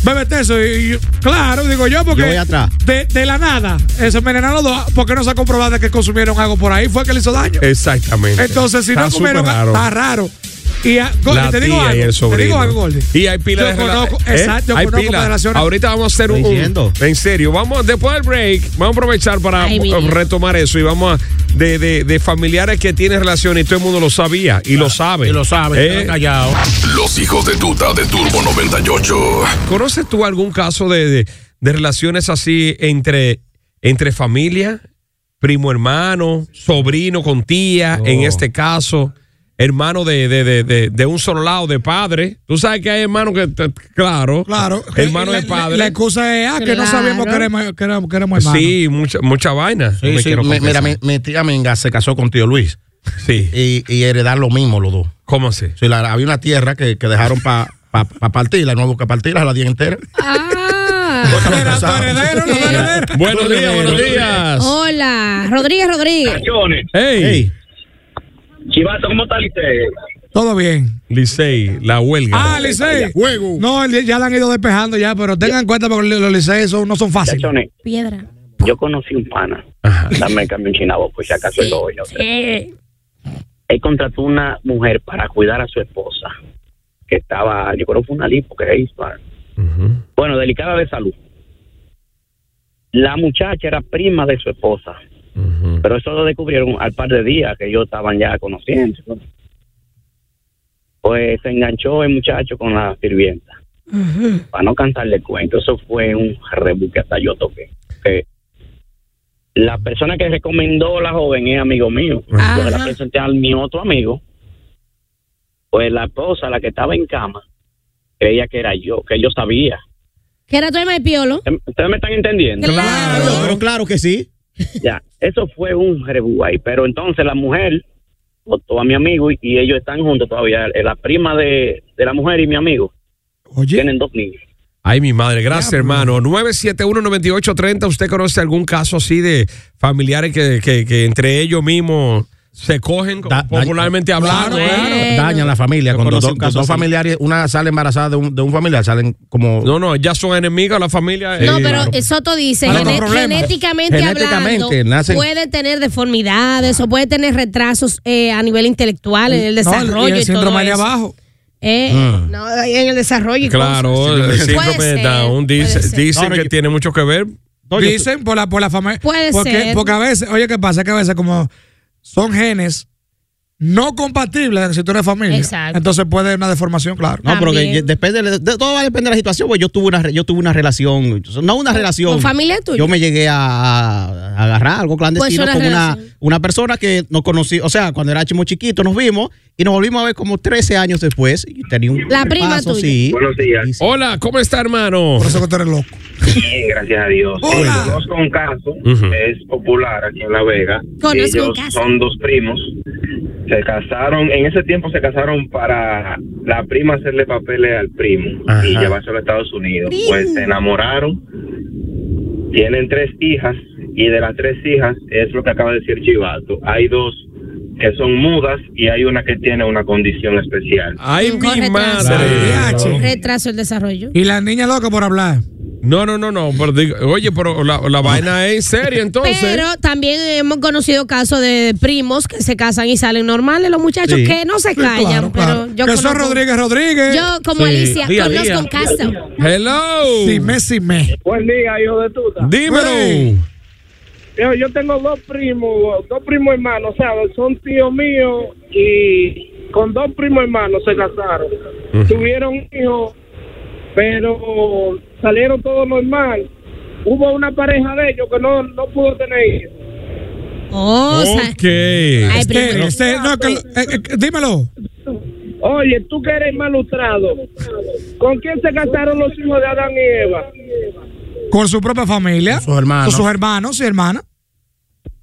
Speaker 6: Bébete eso. Y, y- claro, digo yo, porque.
Speaker 11: Yo voy atrás.
Speaker 6: De, de la nada. Eso envenenaron los dos. ah, Porque no se ha comprobado de que consumieron algo por ahí. Fue que le hizo daño.
Speaker 5: Exactamente.
Speaker 6: Entonces, si
Speaker 5: Está
Speaker 6: no
Speaker 5: súper
Speaker 6: comieron,
Speaker 5: raro.
Speaker 6: está raro. Y a- Gordy,
Speaker 5: La
Speaker 6: te digo
Speaker 5: tía y el
Speaker 6: algo. Te digo
Speaker 5: sobrino.
Speaker 6: algo, Gordy.
Speaker 5: Y hay pila
Speaker 6: Yo
Speaker 5: de rela-
Speaker 6: conozco-
Speaker 5: ¿eh?
Speaker 6: Exacto, yo
Speaker 5: Hay
Speaker 6: conozco
Speaker 5: pila.
Speaker 6: relaciones.
Speaker 5: Ahorita vamos a hacer un,
Speaker 11: Estoy
Speaker 5: un-
Speaker 11: diciendo.
Speaker 5: En serio, vamos después del break, vamos a aprovechar para
Speaker 8: Ay, mi
Speaker 5: eh,
Speaker 8: Dios.
Speaker 5: retomar eso y vamos a. De, de- de familiares que tienen relaciones y todo el mundo lo sabía y lo sabe.
Speaker 10: y lo sabe,
Speaker 5: ¿Eh?
Speaker 10: quedan callados.
Speaker 4: Los hijos de tuta de Turbo 98.
Speaker 5: ¿Conoces tú algún caso de, de- de relaciones así entre, entre familia, primo hermano, sobrino con tía, en este caso, hermano de, de- de- de- de un solo lado, de padre? Tú sabes que hay hermanos que, te- claro,
Speaker 6: Claro.
Speaker 5: hermano
Speaker 6: La-
Speaker 5: de padre.
Speaker 6: La, la excusa es ah, que no
Speaker 8: Claro.
Speaker 6: sabíamos que éramos, que éramos- que éramos hermanos.
Speaker 5: Sí, mucha, mucha vaina.
Speaker 10: Sí, sí, me- mira, mi, mi tía Minga se casó con tío Luis.
Speaker 5: Sí.
Speaker 10: Y, y heredar lo mismo los dos.
Speaker 5: ¿Cómo así?
Speaker 10: Sí, la- había una tierra que, que dejaron para pa, pa partirla, no hubo que partirla la día entera.
Speaker 8: Ah.
Speaker 6: Era tu heredero, Eh, no tu heredero.
Speaker 5: Buenos días, buenos días.
Speaker 8: Hola, Rodríguez Rodríguez.
Speaker 5: Hey,
Speaker 18: Chivato, ¿cómo está usted?
Speaker 6: Todo bien.
Speaker 5: Licey, la huelga.
Speaker 6: Ah, Licey. No, el- ya la han ido despejando ya, pero tengan en cuenta porque los liceos son- no son fáciles.
Speaker 12: Chachones,
Speaker 8: Piedra.
Speaker 12: yo conocí un pana. Dame el cambio en Chinabo, por si acaso él lo oye.
Speaker 8: Eh,
Speaker 12: Él contrató una mujer para cuidar a su esposa, que estaba, yo creo que fue una lipo, que era hispana. Bueno, delicada de salud. La muchacha era prima de su esposa, pero eso lo descubrieron al par de días que ellos estaban ya conociendo. Pues se enganchó el muchacho con la sirvienta. para no cansarle el cuento, eso fue un rebuque hasta yo toqué. Que la persona que recomendó la joven es amigo mío.
Speaker 8: Ajá.
Speaker 12: Yo se la presenté a mi otro amigo. Pues la esposa, la que estaba en cama, creía que era yo, que yo sabía. Em,
Speaker 8: ¿Qué era tu tema de piolo?
Speaker 12: ¿Ustedes me están entendiendo?
Speaker 11: Claro, pero claro que sí.
Speaker 12: Ya, eso fue un rebu ahí. Pero entonces la mujer votó a mi amigo y, y ellos están juntos todavía. Eh, La prima de, de la mujer y mi amigo tienen dos niños.
Speaker 5: Ay, mi madre, gracias, hermano.
Speaker 6: pues.
Speaker 5: 971-9830. ¿Usted conoce algún caso así de familiares que, que- que entre ellos mismos se cogen, popularmente hablando? ¿eh?
Speaker 10: Dañan la familia.
Speaker 5: Yo
Speaker 10: Cuando
Speaker 5: conocí
Speaker 10: dos,
Speaker 5: un caso
Speaker 10: dos
Speaker 5: así.
Speaker 10: familiares, una sale embarazada de un, de un familiar, salen como.
Speaker 5: No, no, ya son enemigos la familia.
Speaker 8: No, pero
Speaker 5: eh, claro.
Speaker 8: eh, Soto dice,
Speaker 10: Hay otro
Speaker 8: gene-
Speaker 10: problema.
Speaker 8: genéticamente,
Speaker 10: Genéticamente,
Speaker 8: hablando,
Speaker 10: nacen-
Speaker 8: puede tener deformidades o puede tener retrasos eh, a nivel intelectual en el
Speaker 6: No,
Speaker 8: desarrollo.
Speaker 6: y el
Speaker 8: todo
Speaker 6: síndrome de
Speaker 8: eso.
Speaker 6: abajo.
Speaker 8: Eh, no, en el desarrollo y
Speaker 5: Claro, eh,
Speaker 8: cosas.
Speaker 5: el síndrome
Speaker 8: Puede
Speaker 5: de
Speaker 8: ser,
Speaker 5: Down
Speaker 8: puede
Speaker 5: dice-
Speaker 8: ser.
Speaker 5: dicen
Speaker 8: No, no,
Speaker 5: que
Speaker 8: yo-
Speaker 5: tiene mucho que ver.
Speaker 11: yo-
Speaker 6: Dicen por la, por la familia.
Speaker 8: Puede
Speaker 6: porque,
Speaker 8: ser.
Speaker 6: Porque a veces, oye, ¿qué pasa? Que a veces como son genes no compatibles en si tú eres familia.
Speaker 8: Exacto.
Speaker 6: Entonces puede haber una deformación, claro.
Speaker 11: No, pero que
Speaker 8: También.
Speaker 11: ye- depende de, de- todo va a depender de la situación, pues yo tuve una re- yo tuve una relación, no una relación.
Speaker 8: con familia tuya?
Speaker 11: Yo me llegué a, a agarrar algo clandestino
Speaker 8: Pues una
Speaker 11: con una,
Speaker 8: relación.
Speaker 11: una persona que no conocí, o sea, cuando era muy chiquito nos vimos y nos volvimos a ver como 13 años después y tenía un
Speaker 8: La prima tuya.
Speaker 11: sí.
Speaker 16: Buenos días.
Speaker 5: Hola, ¿cómo está, hermano?
Speaker 6: Por eso que tú eres loco.
Speaker 16: Bien, gracias a Dios.
Speaker 6: Hola.
Speaker 16: Eh, Conozco un caso,
Speaker 5: Ujú.
Speaker 16: es popular aquí en La Vega.
Speaker 8: Conozco un
Speaker 16: Ellos
Speaker 8: caso.
Speaker 16: son dos primos
Speaker 19: Se casaron, en ese tiempo se casaron para la prima hacerle papeles al primo
Speaker 24: Ajá.
Speaker 19: y llevárselo a Estados Unidos. Pues se enamoraron, tienen tres hijas y de las tres hijas, es lo que acaba de decir Chivato, hay dos que son mudas y hay una que tiene una condición especial.
Speaker 5: ¡Ay, mi
Speaker 6: Ah,
Speaker 8: Retraso.
Speaker 5: madre!
Speaker 8: Retraso el desarrollo.
Speaker 6: Y la niña loca por hablar.
Speaker 5: No, no, no, no. pero digo, oye, pero la,
Speaker 6: Ah.
Speaker 5: la vaina es seria entonces.
Speaker 8: Pero también hemos conocido casos de primos que se casan y salen normales los muchachos
Speaker 5: Sí.
Speaker 8: que no se
Speaker 5: Sí,
Speaker 25: claclaro,
Speaker 8: callan. pero
Speaker 5: claro.
Speaker 8: yo
Speaker 5: Que son
Speaker 8: conozco-
Speaker 5: Rodríguez, Rodríguez.
Speaker 8: Yo, como
Speaker 5: Sí.
Speaker 8: Alicia,
Speaker 5: Día a día.
Speaker 8: conozco un caso.
Speaker 5: Hello.
Speaker 6: Sí, me, sí, me.
Speaker 9: Buen día, hijo de tuta.
Speaker 5: Dímelo.
Speaker 9: Yo, yo tengo dos primos, dos primos hermanos, ¿sabes? Son tíos míos y con dos primos hermanos se casaron. Tuvieron hijos, pero salieron todo normal. Hubo una pareja de ellos que no, no pudo tener hijos.
Speaker 8: Oh,
Speaker 5: ok.
Speaker 6: Este, este, no, que, eh, eh, dímelo.
Speaker 9: Oye, tú que eres malustrado, ¿con quién se casaron los hijos de Adán y Eva?
Speaker 6: Con su propia familia. Con sus hermanos. Con sus hermanos y hermanas.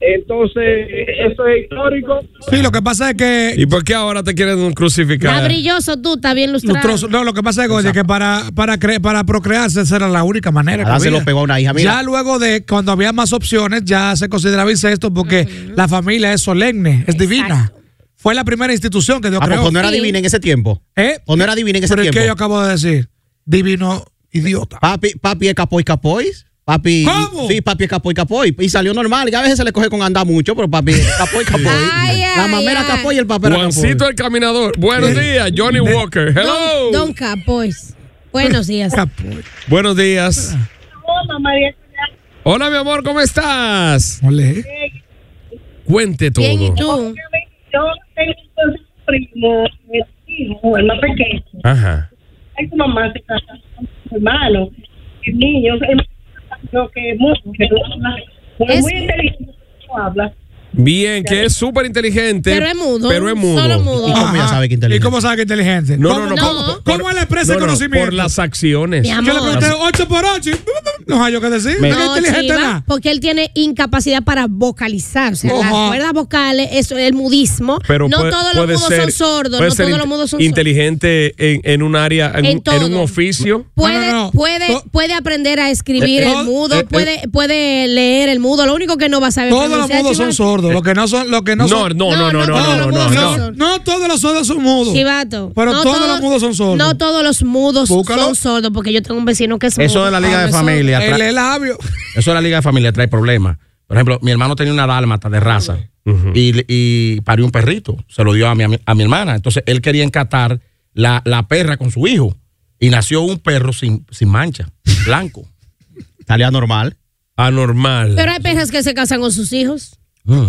Speaker 9: Entonces, eso es histórico.
Speaker 6: Sí, lo que pasa es que
Speaker 5: ¿Y por qué ahora te quieren
Speaker 8: Está
Speaker 5: crucificar?
Speaker 8: brilloso tú, está bien lustrado.
Speaker 6: Lustroso. No, lo que pasa es que, oye, que para, para, cre- para procrearse esa era la única manera. que
Speaker 11: Adán se
Speaker 6: había.
Speaker 11: lo pegó a una hija, mira.
Speaker 6: Ya luego de cuando había más opciones, ya se consideraba incesto porque la familia es solemne, es divina. Fue la primera institución que Dios
Speaker 11: Ah, pues,
Speaker 6: creó.
Speaker 11: pues no era divina en ese tiempo.
Speaker 6: ¿Eh?
Speaker 11: Pues no era divina en ese
Speaker 6: Pero es
Speaker 11: tiempo.
Speaker 6: que yo acabo de decir, divino idiota.
Speaker 11: Papi, papi es capoy capoy. Papi,
Speaker 6: ¿Cómo?
Speaker 11: Sí, papi es capoy capoy. Y salió normal. Y a veces se le coge con andar mucho, pero papi es capoy capoy.
Speaker 8: Ah,
Speaker 11: la mamera capoy y el papel era
Speaker 5: Juancito
Speaker 8: pues.
Speaker 11: capoy.
Speaker 5: el caminador. Buenos días, Johnny Walker. Hello.
Speaker 8: Don, don Capois. Buenos días.
Speaker 5: Buenos días.
Speaker 2: María.
Speaker 5: Hola, mi amor, ¿cómo estás? Cuente todo.
Speaker 2: tú? Yo tengo un primo, mi hijo, el más pequeño.
Speaker 5: Ajá.
Speaker 2: Ay, su mamá se casó con su hermano, el niño, el- lo que es muy, que no habla. Muy, muy inteligente, no habla.
Speaker 5: Bien, que es súper inteligente.
Speaker 2: Pero es mudo.
Speaker 5: Pero es mudo.
Speaker 2: Solo mudo.
Speaker 5: ¿Y cómo ya sabe que
Speaker 6: ¿Y cómo sabe que es inteligente?
Speaker 5: No,
Speaker 6: ¿Cómo-
Speaker 5: no, no.
Speaker 6: ¿Cómo,
Speaker 5: por-
Speaker 6: cómo él expresa el
Speaker 5: no, no,
Speaker 6: conocimiento?
Speaker 5: Por las acciones.
Speaker 8: Mi amor.
Speaker 6: Yo le pregunté 8 por 8. No hay yo que decir.
Speaker 8: No,
Speaker 6: No, es
Speaker 5: este,
Speaker 6: inteligente
Speaker 8: Chiva,
Speaker 6: nada.
Speaker 8: porque él tiene incapacidad para vocalizar. O sea, las
Speaker 5: Ojo.
Speaker 8: cuerdas vocales, eso es el mudismo.
Speaker 5: Pero
Speaker 8: no
Speaker 5: puede-
Speaker 8: todos los
Speaker 5: puede
Speaker 8: mudos son
Speaker 5: ser-
Speaker 8: sordos.
Speaker 5: puede
Speaker 8: No
Speaker 5: ser
Speaker 8: todos los
Speaker 5: inte-
Speaker 8: mudos son sordos.
Speaker 5: inteligente en, en un área,
Speaker 8: En
Speaker 5: en, un- en un
Speaker 8: todo.
Speaker 5: oficio.
Speaker 8: Puede, puede, puede aprender a escribir
Speaker 5: Eh, eh,
Speaker 8: el mudo,
Speaker 5: eh, eh.
Speaker 8: puede, puede leer el mudo. Lo único que no va a saber
Speaker 6: Todos los
Speaker 8: pronunciar,
Speaker 6: mudos son
Speaker 8: Chivato.
Speaker 6: sordos. Los que no son. Los que no,
Speaker 5: No,
Speaker 6: son
Speaker 5: no, no, no, no,
Speaker 6: todos los
Speaker 5: no,
Speaker 6: mudos
Speaker 5: no,
Speaker 6: son-
Speaker 5: no.
Speaker 6: no todos los sordos son mudos.
Speaker 8: Chivato.
Speaker 6: Pero
Speaker 8: No
Speaker 6: todos, los mudos son sordos.
Speaker 8: No todos los mudos
Speaker 10: Búscalo.
Speaker 8: son sordos, porque yo tengo un vecino que es mudo. Ah,
Speaker 10: Eso de la Liga
Speaker 8: Habla
Speaker 10: de
Speaker 8: sordo.
Speaker 10: Familia. tra-
Speaker 6: labio.
Speaker 10: Eso de la Liga de Familia trae problemas. Por ejemplo, mi hermano tenía una dálmata de raza y, le- y parió un perrito. Se lo dio a mi, a mi hermana. Entonces él quería encatar la, la perra con su hijo. Y nació un perro sin, sin mancha, blanco.
Speaker 11: Salió anormal.
Speaker 5: Anormal.
Speaker 8: Pero hay perras que se casan con sus hijos.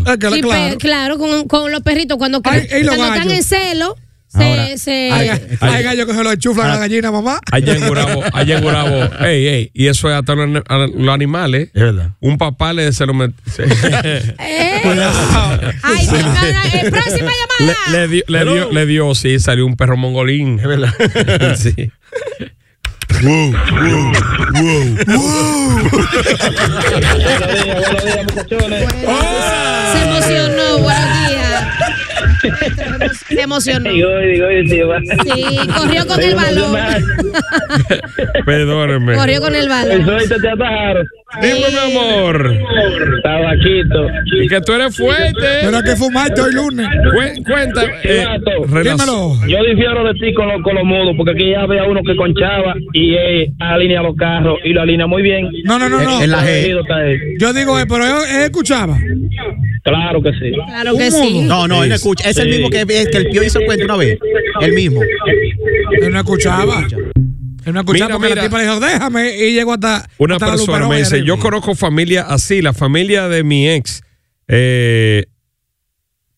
Speaker 6: Ah,
Speaker 8: Sí, pe- claro, con, con los perritos. Cuando,
Speaker 6: Ay,
Speaker 8: cre-
Speaker 6: y los
Speaker 8: cuando están
Speaker 6: gallos.
Speaker 8: en celo,
Speaker 5: Ahora,
Speaker 8: se. se-
Speaker 5: ay, ay.
Speaker 6: Hay gallos que se lo enchuflan a la gallina, mamá.
Speaker 5: Allá en Gurabo, allá en Gurabo, ey, ey, y eso es hasta los, a los animales.
Speaker 10: Es verdad.
Speaker 5: Un papá le se lo metió.
Speaker 8: Ay, mi hermana, eh, próxima
Speaker 5: Le, le dio, le, dio, le dio, sí, salió un perro mongolín. Es verdad. Sí.
Speaker 10: Wow,
Speaker 8: Se emocionó, buenos días. Se emocionó. Sí, corrió con el balón.
Speaker 5: Perdóneme.
Speaker 8: Corrió con el balón.
Speaker 5: te Dime, mi amor. Tabaquito. Y que tú eres fuerte.
Speaker 6: Pero hay que fumaste hoy lunes.
Speaker 5: Cué- cuenta. eh,
Speaker 1: Gato,
Speaker 5: relación-
Speaker 1: Yo difiero de ti con los con los mudos, porque aquí ya había uno que conchaba y eh, alinea los carros y lo alinea muy bien. Eh,
Speaker 6: No, no, no, no.
Speaker 1: En la G. Está él.
Speaker 6: Yo digo, eh, pero yo él escuchaba.
Speaker 1: Claro que sí.
Speaker 8: Claro que sí.
Speaker 11: No, no, él no escucha. Es el
Speaker 1: Sí.
Speaker 11: mismo que, es que el pio hizo cuenta una vez. El mismo.
Speaker 6: Él no escuchaba. Él no escuchaba
Speaker 5: Mira,
Speaker 6: porque
Speaker 5: mira.
Speaker 6: la tipa le dijo, déjame. Y llegó hasta.
Speaker 5: Una
Speaker 6: hasta la
Speaker 5: persona
Speaker 6: Luperón
Speaker 5: me
Speaker 6: allá
Speaker 5: dice,
Speaker 6: arriba.
Speaker 5: yo conozco familia así, la familia de mi ex. eh,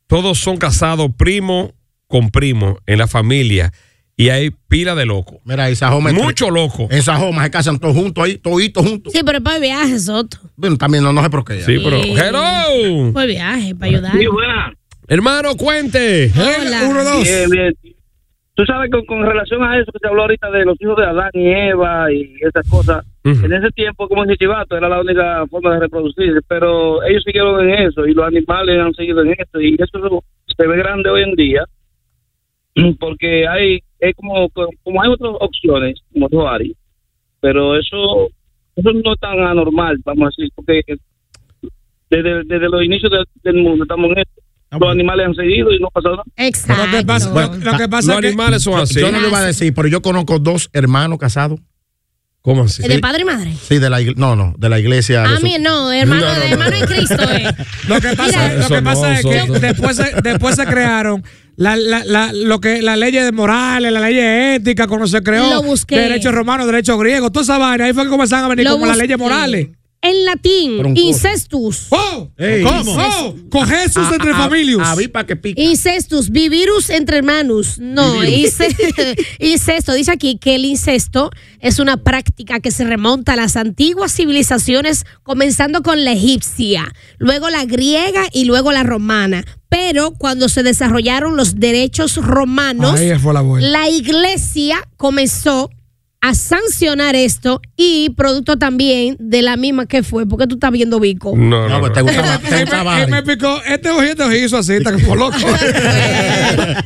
Speaker 5: todos son casados, primo con primo, en la familia. Y hay pila de loco.
Speaker 10: Mira, y Sajoma.
Speaker 5: Mucho loco.
Speaker 10: En Sajoma se casan todos juntos ahí, toditos juntos.
Speaker 8: Sí, pero es para viajes, Soto.
Speaker 10: Bueno, también no, no sé por qué.
Speaker 5: Sí, pero. ¡Hello!
Speaker 8: Para viaje, para ayudar.
Speaker 5: Hermano, cuente. ¿Eh?
Speaker 8: Hola. Uno, dos.
Speaker 1: Bien, bien. Tú sabes que con relación a eso que se habló ahorita de los hijos de Adán y Eva y esas cosas,
Speaker 5: Ujú.
Speaker 1: en ese tiempo, como dice Chivato, era la única forma de reproducirse, pero ellos siguieron en eso y los animales han seguido en eso y eso
Speaker 7: se ve grande hoy en día porque hay es como como hay otras opciones como dijo Ari pero eso eso no es tan anormal vamos a decir porque desde, desde los inicios del, del mundo estamos en esto los animales han seguido y no ha pasado nada
Speaker 8: Exacto.
Speaker 10: Lo que pasa,
Speaker 5: lo
Speaker 6: Ah,
Speaker 5: que pasa es que- yo-
Speaker 10: Yo no le iba a decir, pero yo conozco dos hermanos casados. ¿Cómo así?
Speaker 8: ¿De Ah, padre y madre?
Speaker 10: Sí, de la iglesia. No, no, de la iglesia.
Speaker 8: A mí no, hermano,
Speaker 10: No, no, no.
Speaker 8: hermano en Cristo. eh.
Speaker 6: Lo que pasa,
Speaker 10: Mira.
Speaker 6: lo que
Speaker 10: Eso
Speaker 6: pasa
Speaker 10: no,
Speaker 6: es que
Speaker 10: eso no.
Speaker 6: después, se, después se crearon la, la, la- lo que, las leyes de morales, las leyes éticas, cuando se creó
Speaker 8: Lo busqué.
Speaker 6: derecho romano, derecho griego, toda esa vaina. Ahí fue que comenzaron a venir
Speaker 8: Lo
Speaker 6: como las
Speaker 8: busqué.
Speaker 6: leyes morales.
Speaker 8: En latín,
Speaker 6: Troncoso.
Speaker 8: incestus.
Speaker 6: ¡Oh!
Speaker 10: Ey.
Speaker 6: ¿Cómo? ¡Oh! Con Jesús
Speaker 8: Ah,
Speaker 6: entre familias.
Speaker 10: que
Speaker 8: Incestus, vivirus entre hermanos. No,
Speaker 10: Vivirus.
Speaker 8: ince- incesto. Dice aquí que el incesto es una práctica que se remonta a las antiguas civilizaciones, comenzando con la egipcia, luego la griega y luego la romana. Pero cuando se desarrollaron los derechos romanos,
Speaker 6: Ahí fue la vuelta.
Speaker 8: la iglesia comenzó a sancionar esto y producto también de la misma que fue, porque tú estás viendo Vico.
Speaker 5: No, no,
Speaker 10: pues te gusta te gusta
Speaker 6: Él
Speaker 10: Bari.
Speaker 6: me picó, este ojito te hizo así, está como loco.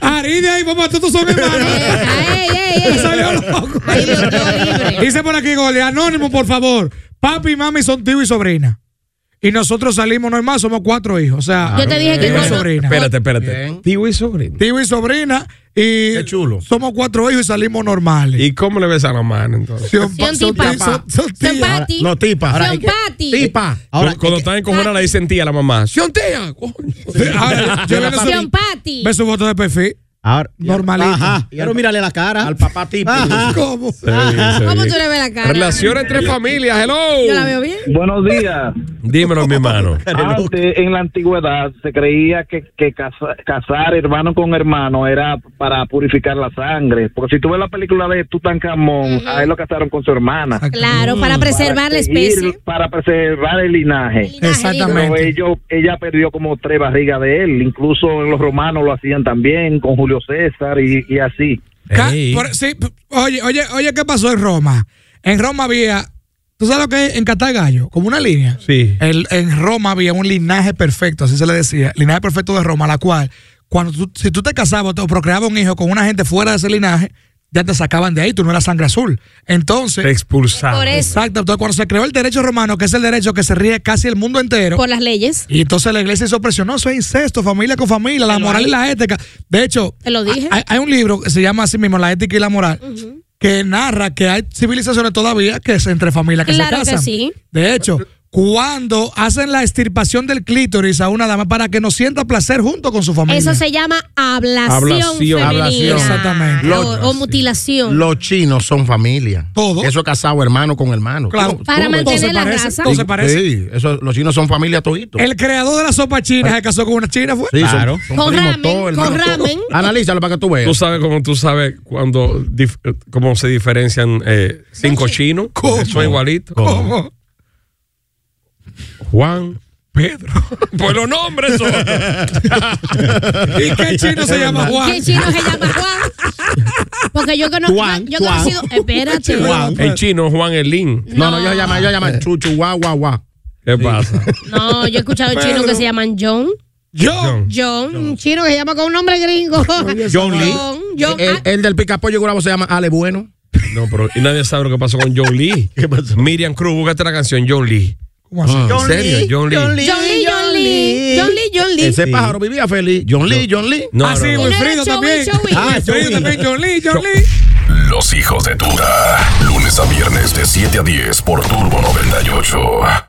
Speaker 6: Harina y papá, tú, tú son hermanos. Me salió loco. Dice por aquí, Goli, anónimo, por favor. Papi y mami son tío y sobrina. Y nosotros salimos normal, somos cuatro hijos. O sea,
Speaker 10: Ah,
Speaker 8: Yo te dije que
Speaker 6: tío y
Speaker 8: cuando-
Speaker 6: sobrina.
Speaker 5: Espérate, espérate. Tío y sobrino.
Speaker 6: Tío y sobrina. Y chulo. Somos cuatro hijos y salimos normales.
Speaker 5: ¿Y cómo le besan la mano entonces?
Speaker 6: Son pa-
Speaker 8: Son tipa.
Speaker 6: tías, son- son
Speaker 8: Son
Speaker 6: tías.
Speaker 8: pati.
Speaker 5: no, tipa. Ahora,
Speaker 8: Son
Speaker 5: hay que-
Speaker 8: pati.
Speaker 5: Ahora, cuando están en cojona le dicen tía a la mamá. Ah. ¡Sion tía! coño".
Speaker 6: Ahora, yo veo eso-
Speaker 8: Son pati.
Speaker 6: Ve su foto de perfil.
Speaker 11: Ahora,
Speaker 6: normalito.
Speaker 11: Ajá. Pero mírale la cara. Al
Speaker 10: papá tipo.
Speaker 6: ¿Cómo?
Speaker 8: Ah, ¿Cómo tú le ves la cara?
Speaker 5: Relación entre familias, hello.
Speaker 8: Yo la veo bien.
Speaker 24: Buenos días.
Speaker 5: Dímelo, mi hermano.
Speaker 24: Antes, en la antigüedad, se creía que, que casa- casar hermano con hermano era para purificar la sangre. Porque si tú ves la película de Tutankamón, a él lo casaron con su hermana.
Speaker 8: Claro, para preservar la
Speaker 24: seguir-
Speaker 8: especie.
Speaker 24: Para preservar el linaje.
Speaker 6: Exactamente.
Speaker 24: Pero ellos- ella perdió como tres barrigas de él. Incluso los romanos lo hacían también con Julio César y, y así.
Speaker 6: Ca- por- sí, p- oye, oye, oye, ¿qué pasó en Roma? En Roma había, ¿tú sabes lo que es en Catar Gallo? Como una línea.
Speaker 5: Sí.
Speaker 6: El- en Roma había un linaje perfecto, así se le decía, linaje perfecto de Roma, la cual, cuando tú, si tú te casabas o procreabas un hijo con una gente fuera de ese linaje, ya te sacaban de ahí, tú no eras sangre azul. Entonces... Te
Speaker 5: expulsaban.
Speaker 8: Por eso.
Speaker 6: Exacto, entonces cuando se creó el derecho romano, que es el derecho que se rige casi el mundo entero,
Speaker 8: Por las leyes.
Speaker 6: y entonces la iglesia hizo presión. No, eso es incesto, familia con familia, la
Speaker 8: Te lo
Speaker 6: moral y
Speaker 8: dije.
Speaker 6: la ética. De hecho,
Speaker 8: Te lo dije.
Speaker 6: hay, hay un libro que se llama así mismo, La ética y la moral, que narra que hay civilizaciones todavía que es entre familias que
Speaker 8: Claro
Speaker 6: se
Speaker 8: que
Speaker 6: casan.
Speaker 8: sí.
Speaker 6: De hecho, cuando hacen la extirpación del clítoris a una dama para que no sienta placer junto con su familia.
Speaker 8: Eso se llama ablación,
Speaker 10: Ablación.
Speaker 8: femenina.
Speaker 10: Ablación. Exactamente.
Speaker 8: O, o mutilación.
Speaker 10: Los chinos son familia. Todo. Eso es casado hermano con hermano.
Speaker 6: Claro.
Speaker 10: Tú-
Speaker 8: Para
Speaker 10: tú-
Speaker 8: mantener
Speaker 10: todo se
Speaker 8: la
Speaker 10: parece,
Speaker 8: raza.
Speaker 10: todo se
Speaker 6: Sí,
Speaker 10: parece. Sí, eso- los chinos son familia todito. Ah.
Speaker 6: El creador de la sopa china se casó con una china, ¿fue?
Speaker 10: Sí, son- son
Speaker 8: Con
Speaker 10: primos
Speaker 8: ramen,
Speaker 10: todos, hermanos
Speaker 8: con
Speaker 10: todos.
Speaker 8: ramen.
Speaker 10: Analízalo para que tú veas.
Speaker 5: Tú sabes cómo tú sabes cuando dif- cómo se diferencian eh, cinco chinos. Son igualitos.
Speaker 6: ¿Cómo?
Speaker 5: Juan.
Speaker 6: Pedro.
Speaker 5: Pues los nombres son.
Speaker 6: ¿Y qué chino se llama Juan?
Speaker 8: ¿Qué chino se llama Juan? Porque yo conozco.
Speaker 5: Juan,
Speaker 8: yo he
Speaker 5: Juan.
Speaker 8: conocido. Espérate.
Speaker 5: El chino Juan Elín. Eh.
Speaker 10: No, no, yo llamo, yo llamo chuchu, guau, guau, guau.
Speaker 5: ¿Qué pasa?
Speaker 8: No, yo he escuchado chinos que se llaman John.
Speaker 5: John.
Speaker 8: John, un chino que se llama con un nombre gringo.
Speaker 10: John Lee.
Speaker 8: John, John.
Speaker 10: El, el del picapollo Gurabo se llama Ale Bueno.
Speaker 5: No, pero y nadie sabe lo que pasó con John Lee. Miriam Cruz, búscate la canción John Lee. Ah.
Speaker 10: así?
Speaker 5: ¿En serio? John Lee.
Speaker 8: John Lee, John Lee. John Lee, John Lee.
Speaker 10: Ese pájaro vivía feliz. John Lee, John Lee.
Speaker 4: Ah,
Speaker 5: No, no, no.
Speaker 8: Ah, Wilfrido también.
Speaker 10: Ah,
Speaker 6: Wilfrido también, John Lee, John Lee.
Speaker 4: Los hijos de Tuta. Lunes a viernes de 7 a 10 por Turbo 98.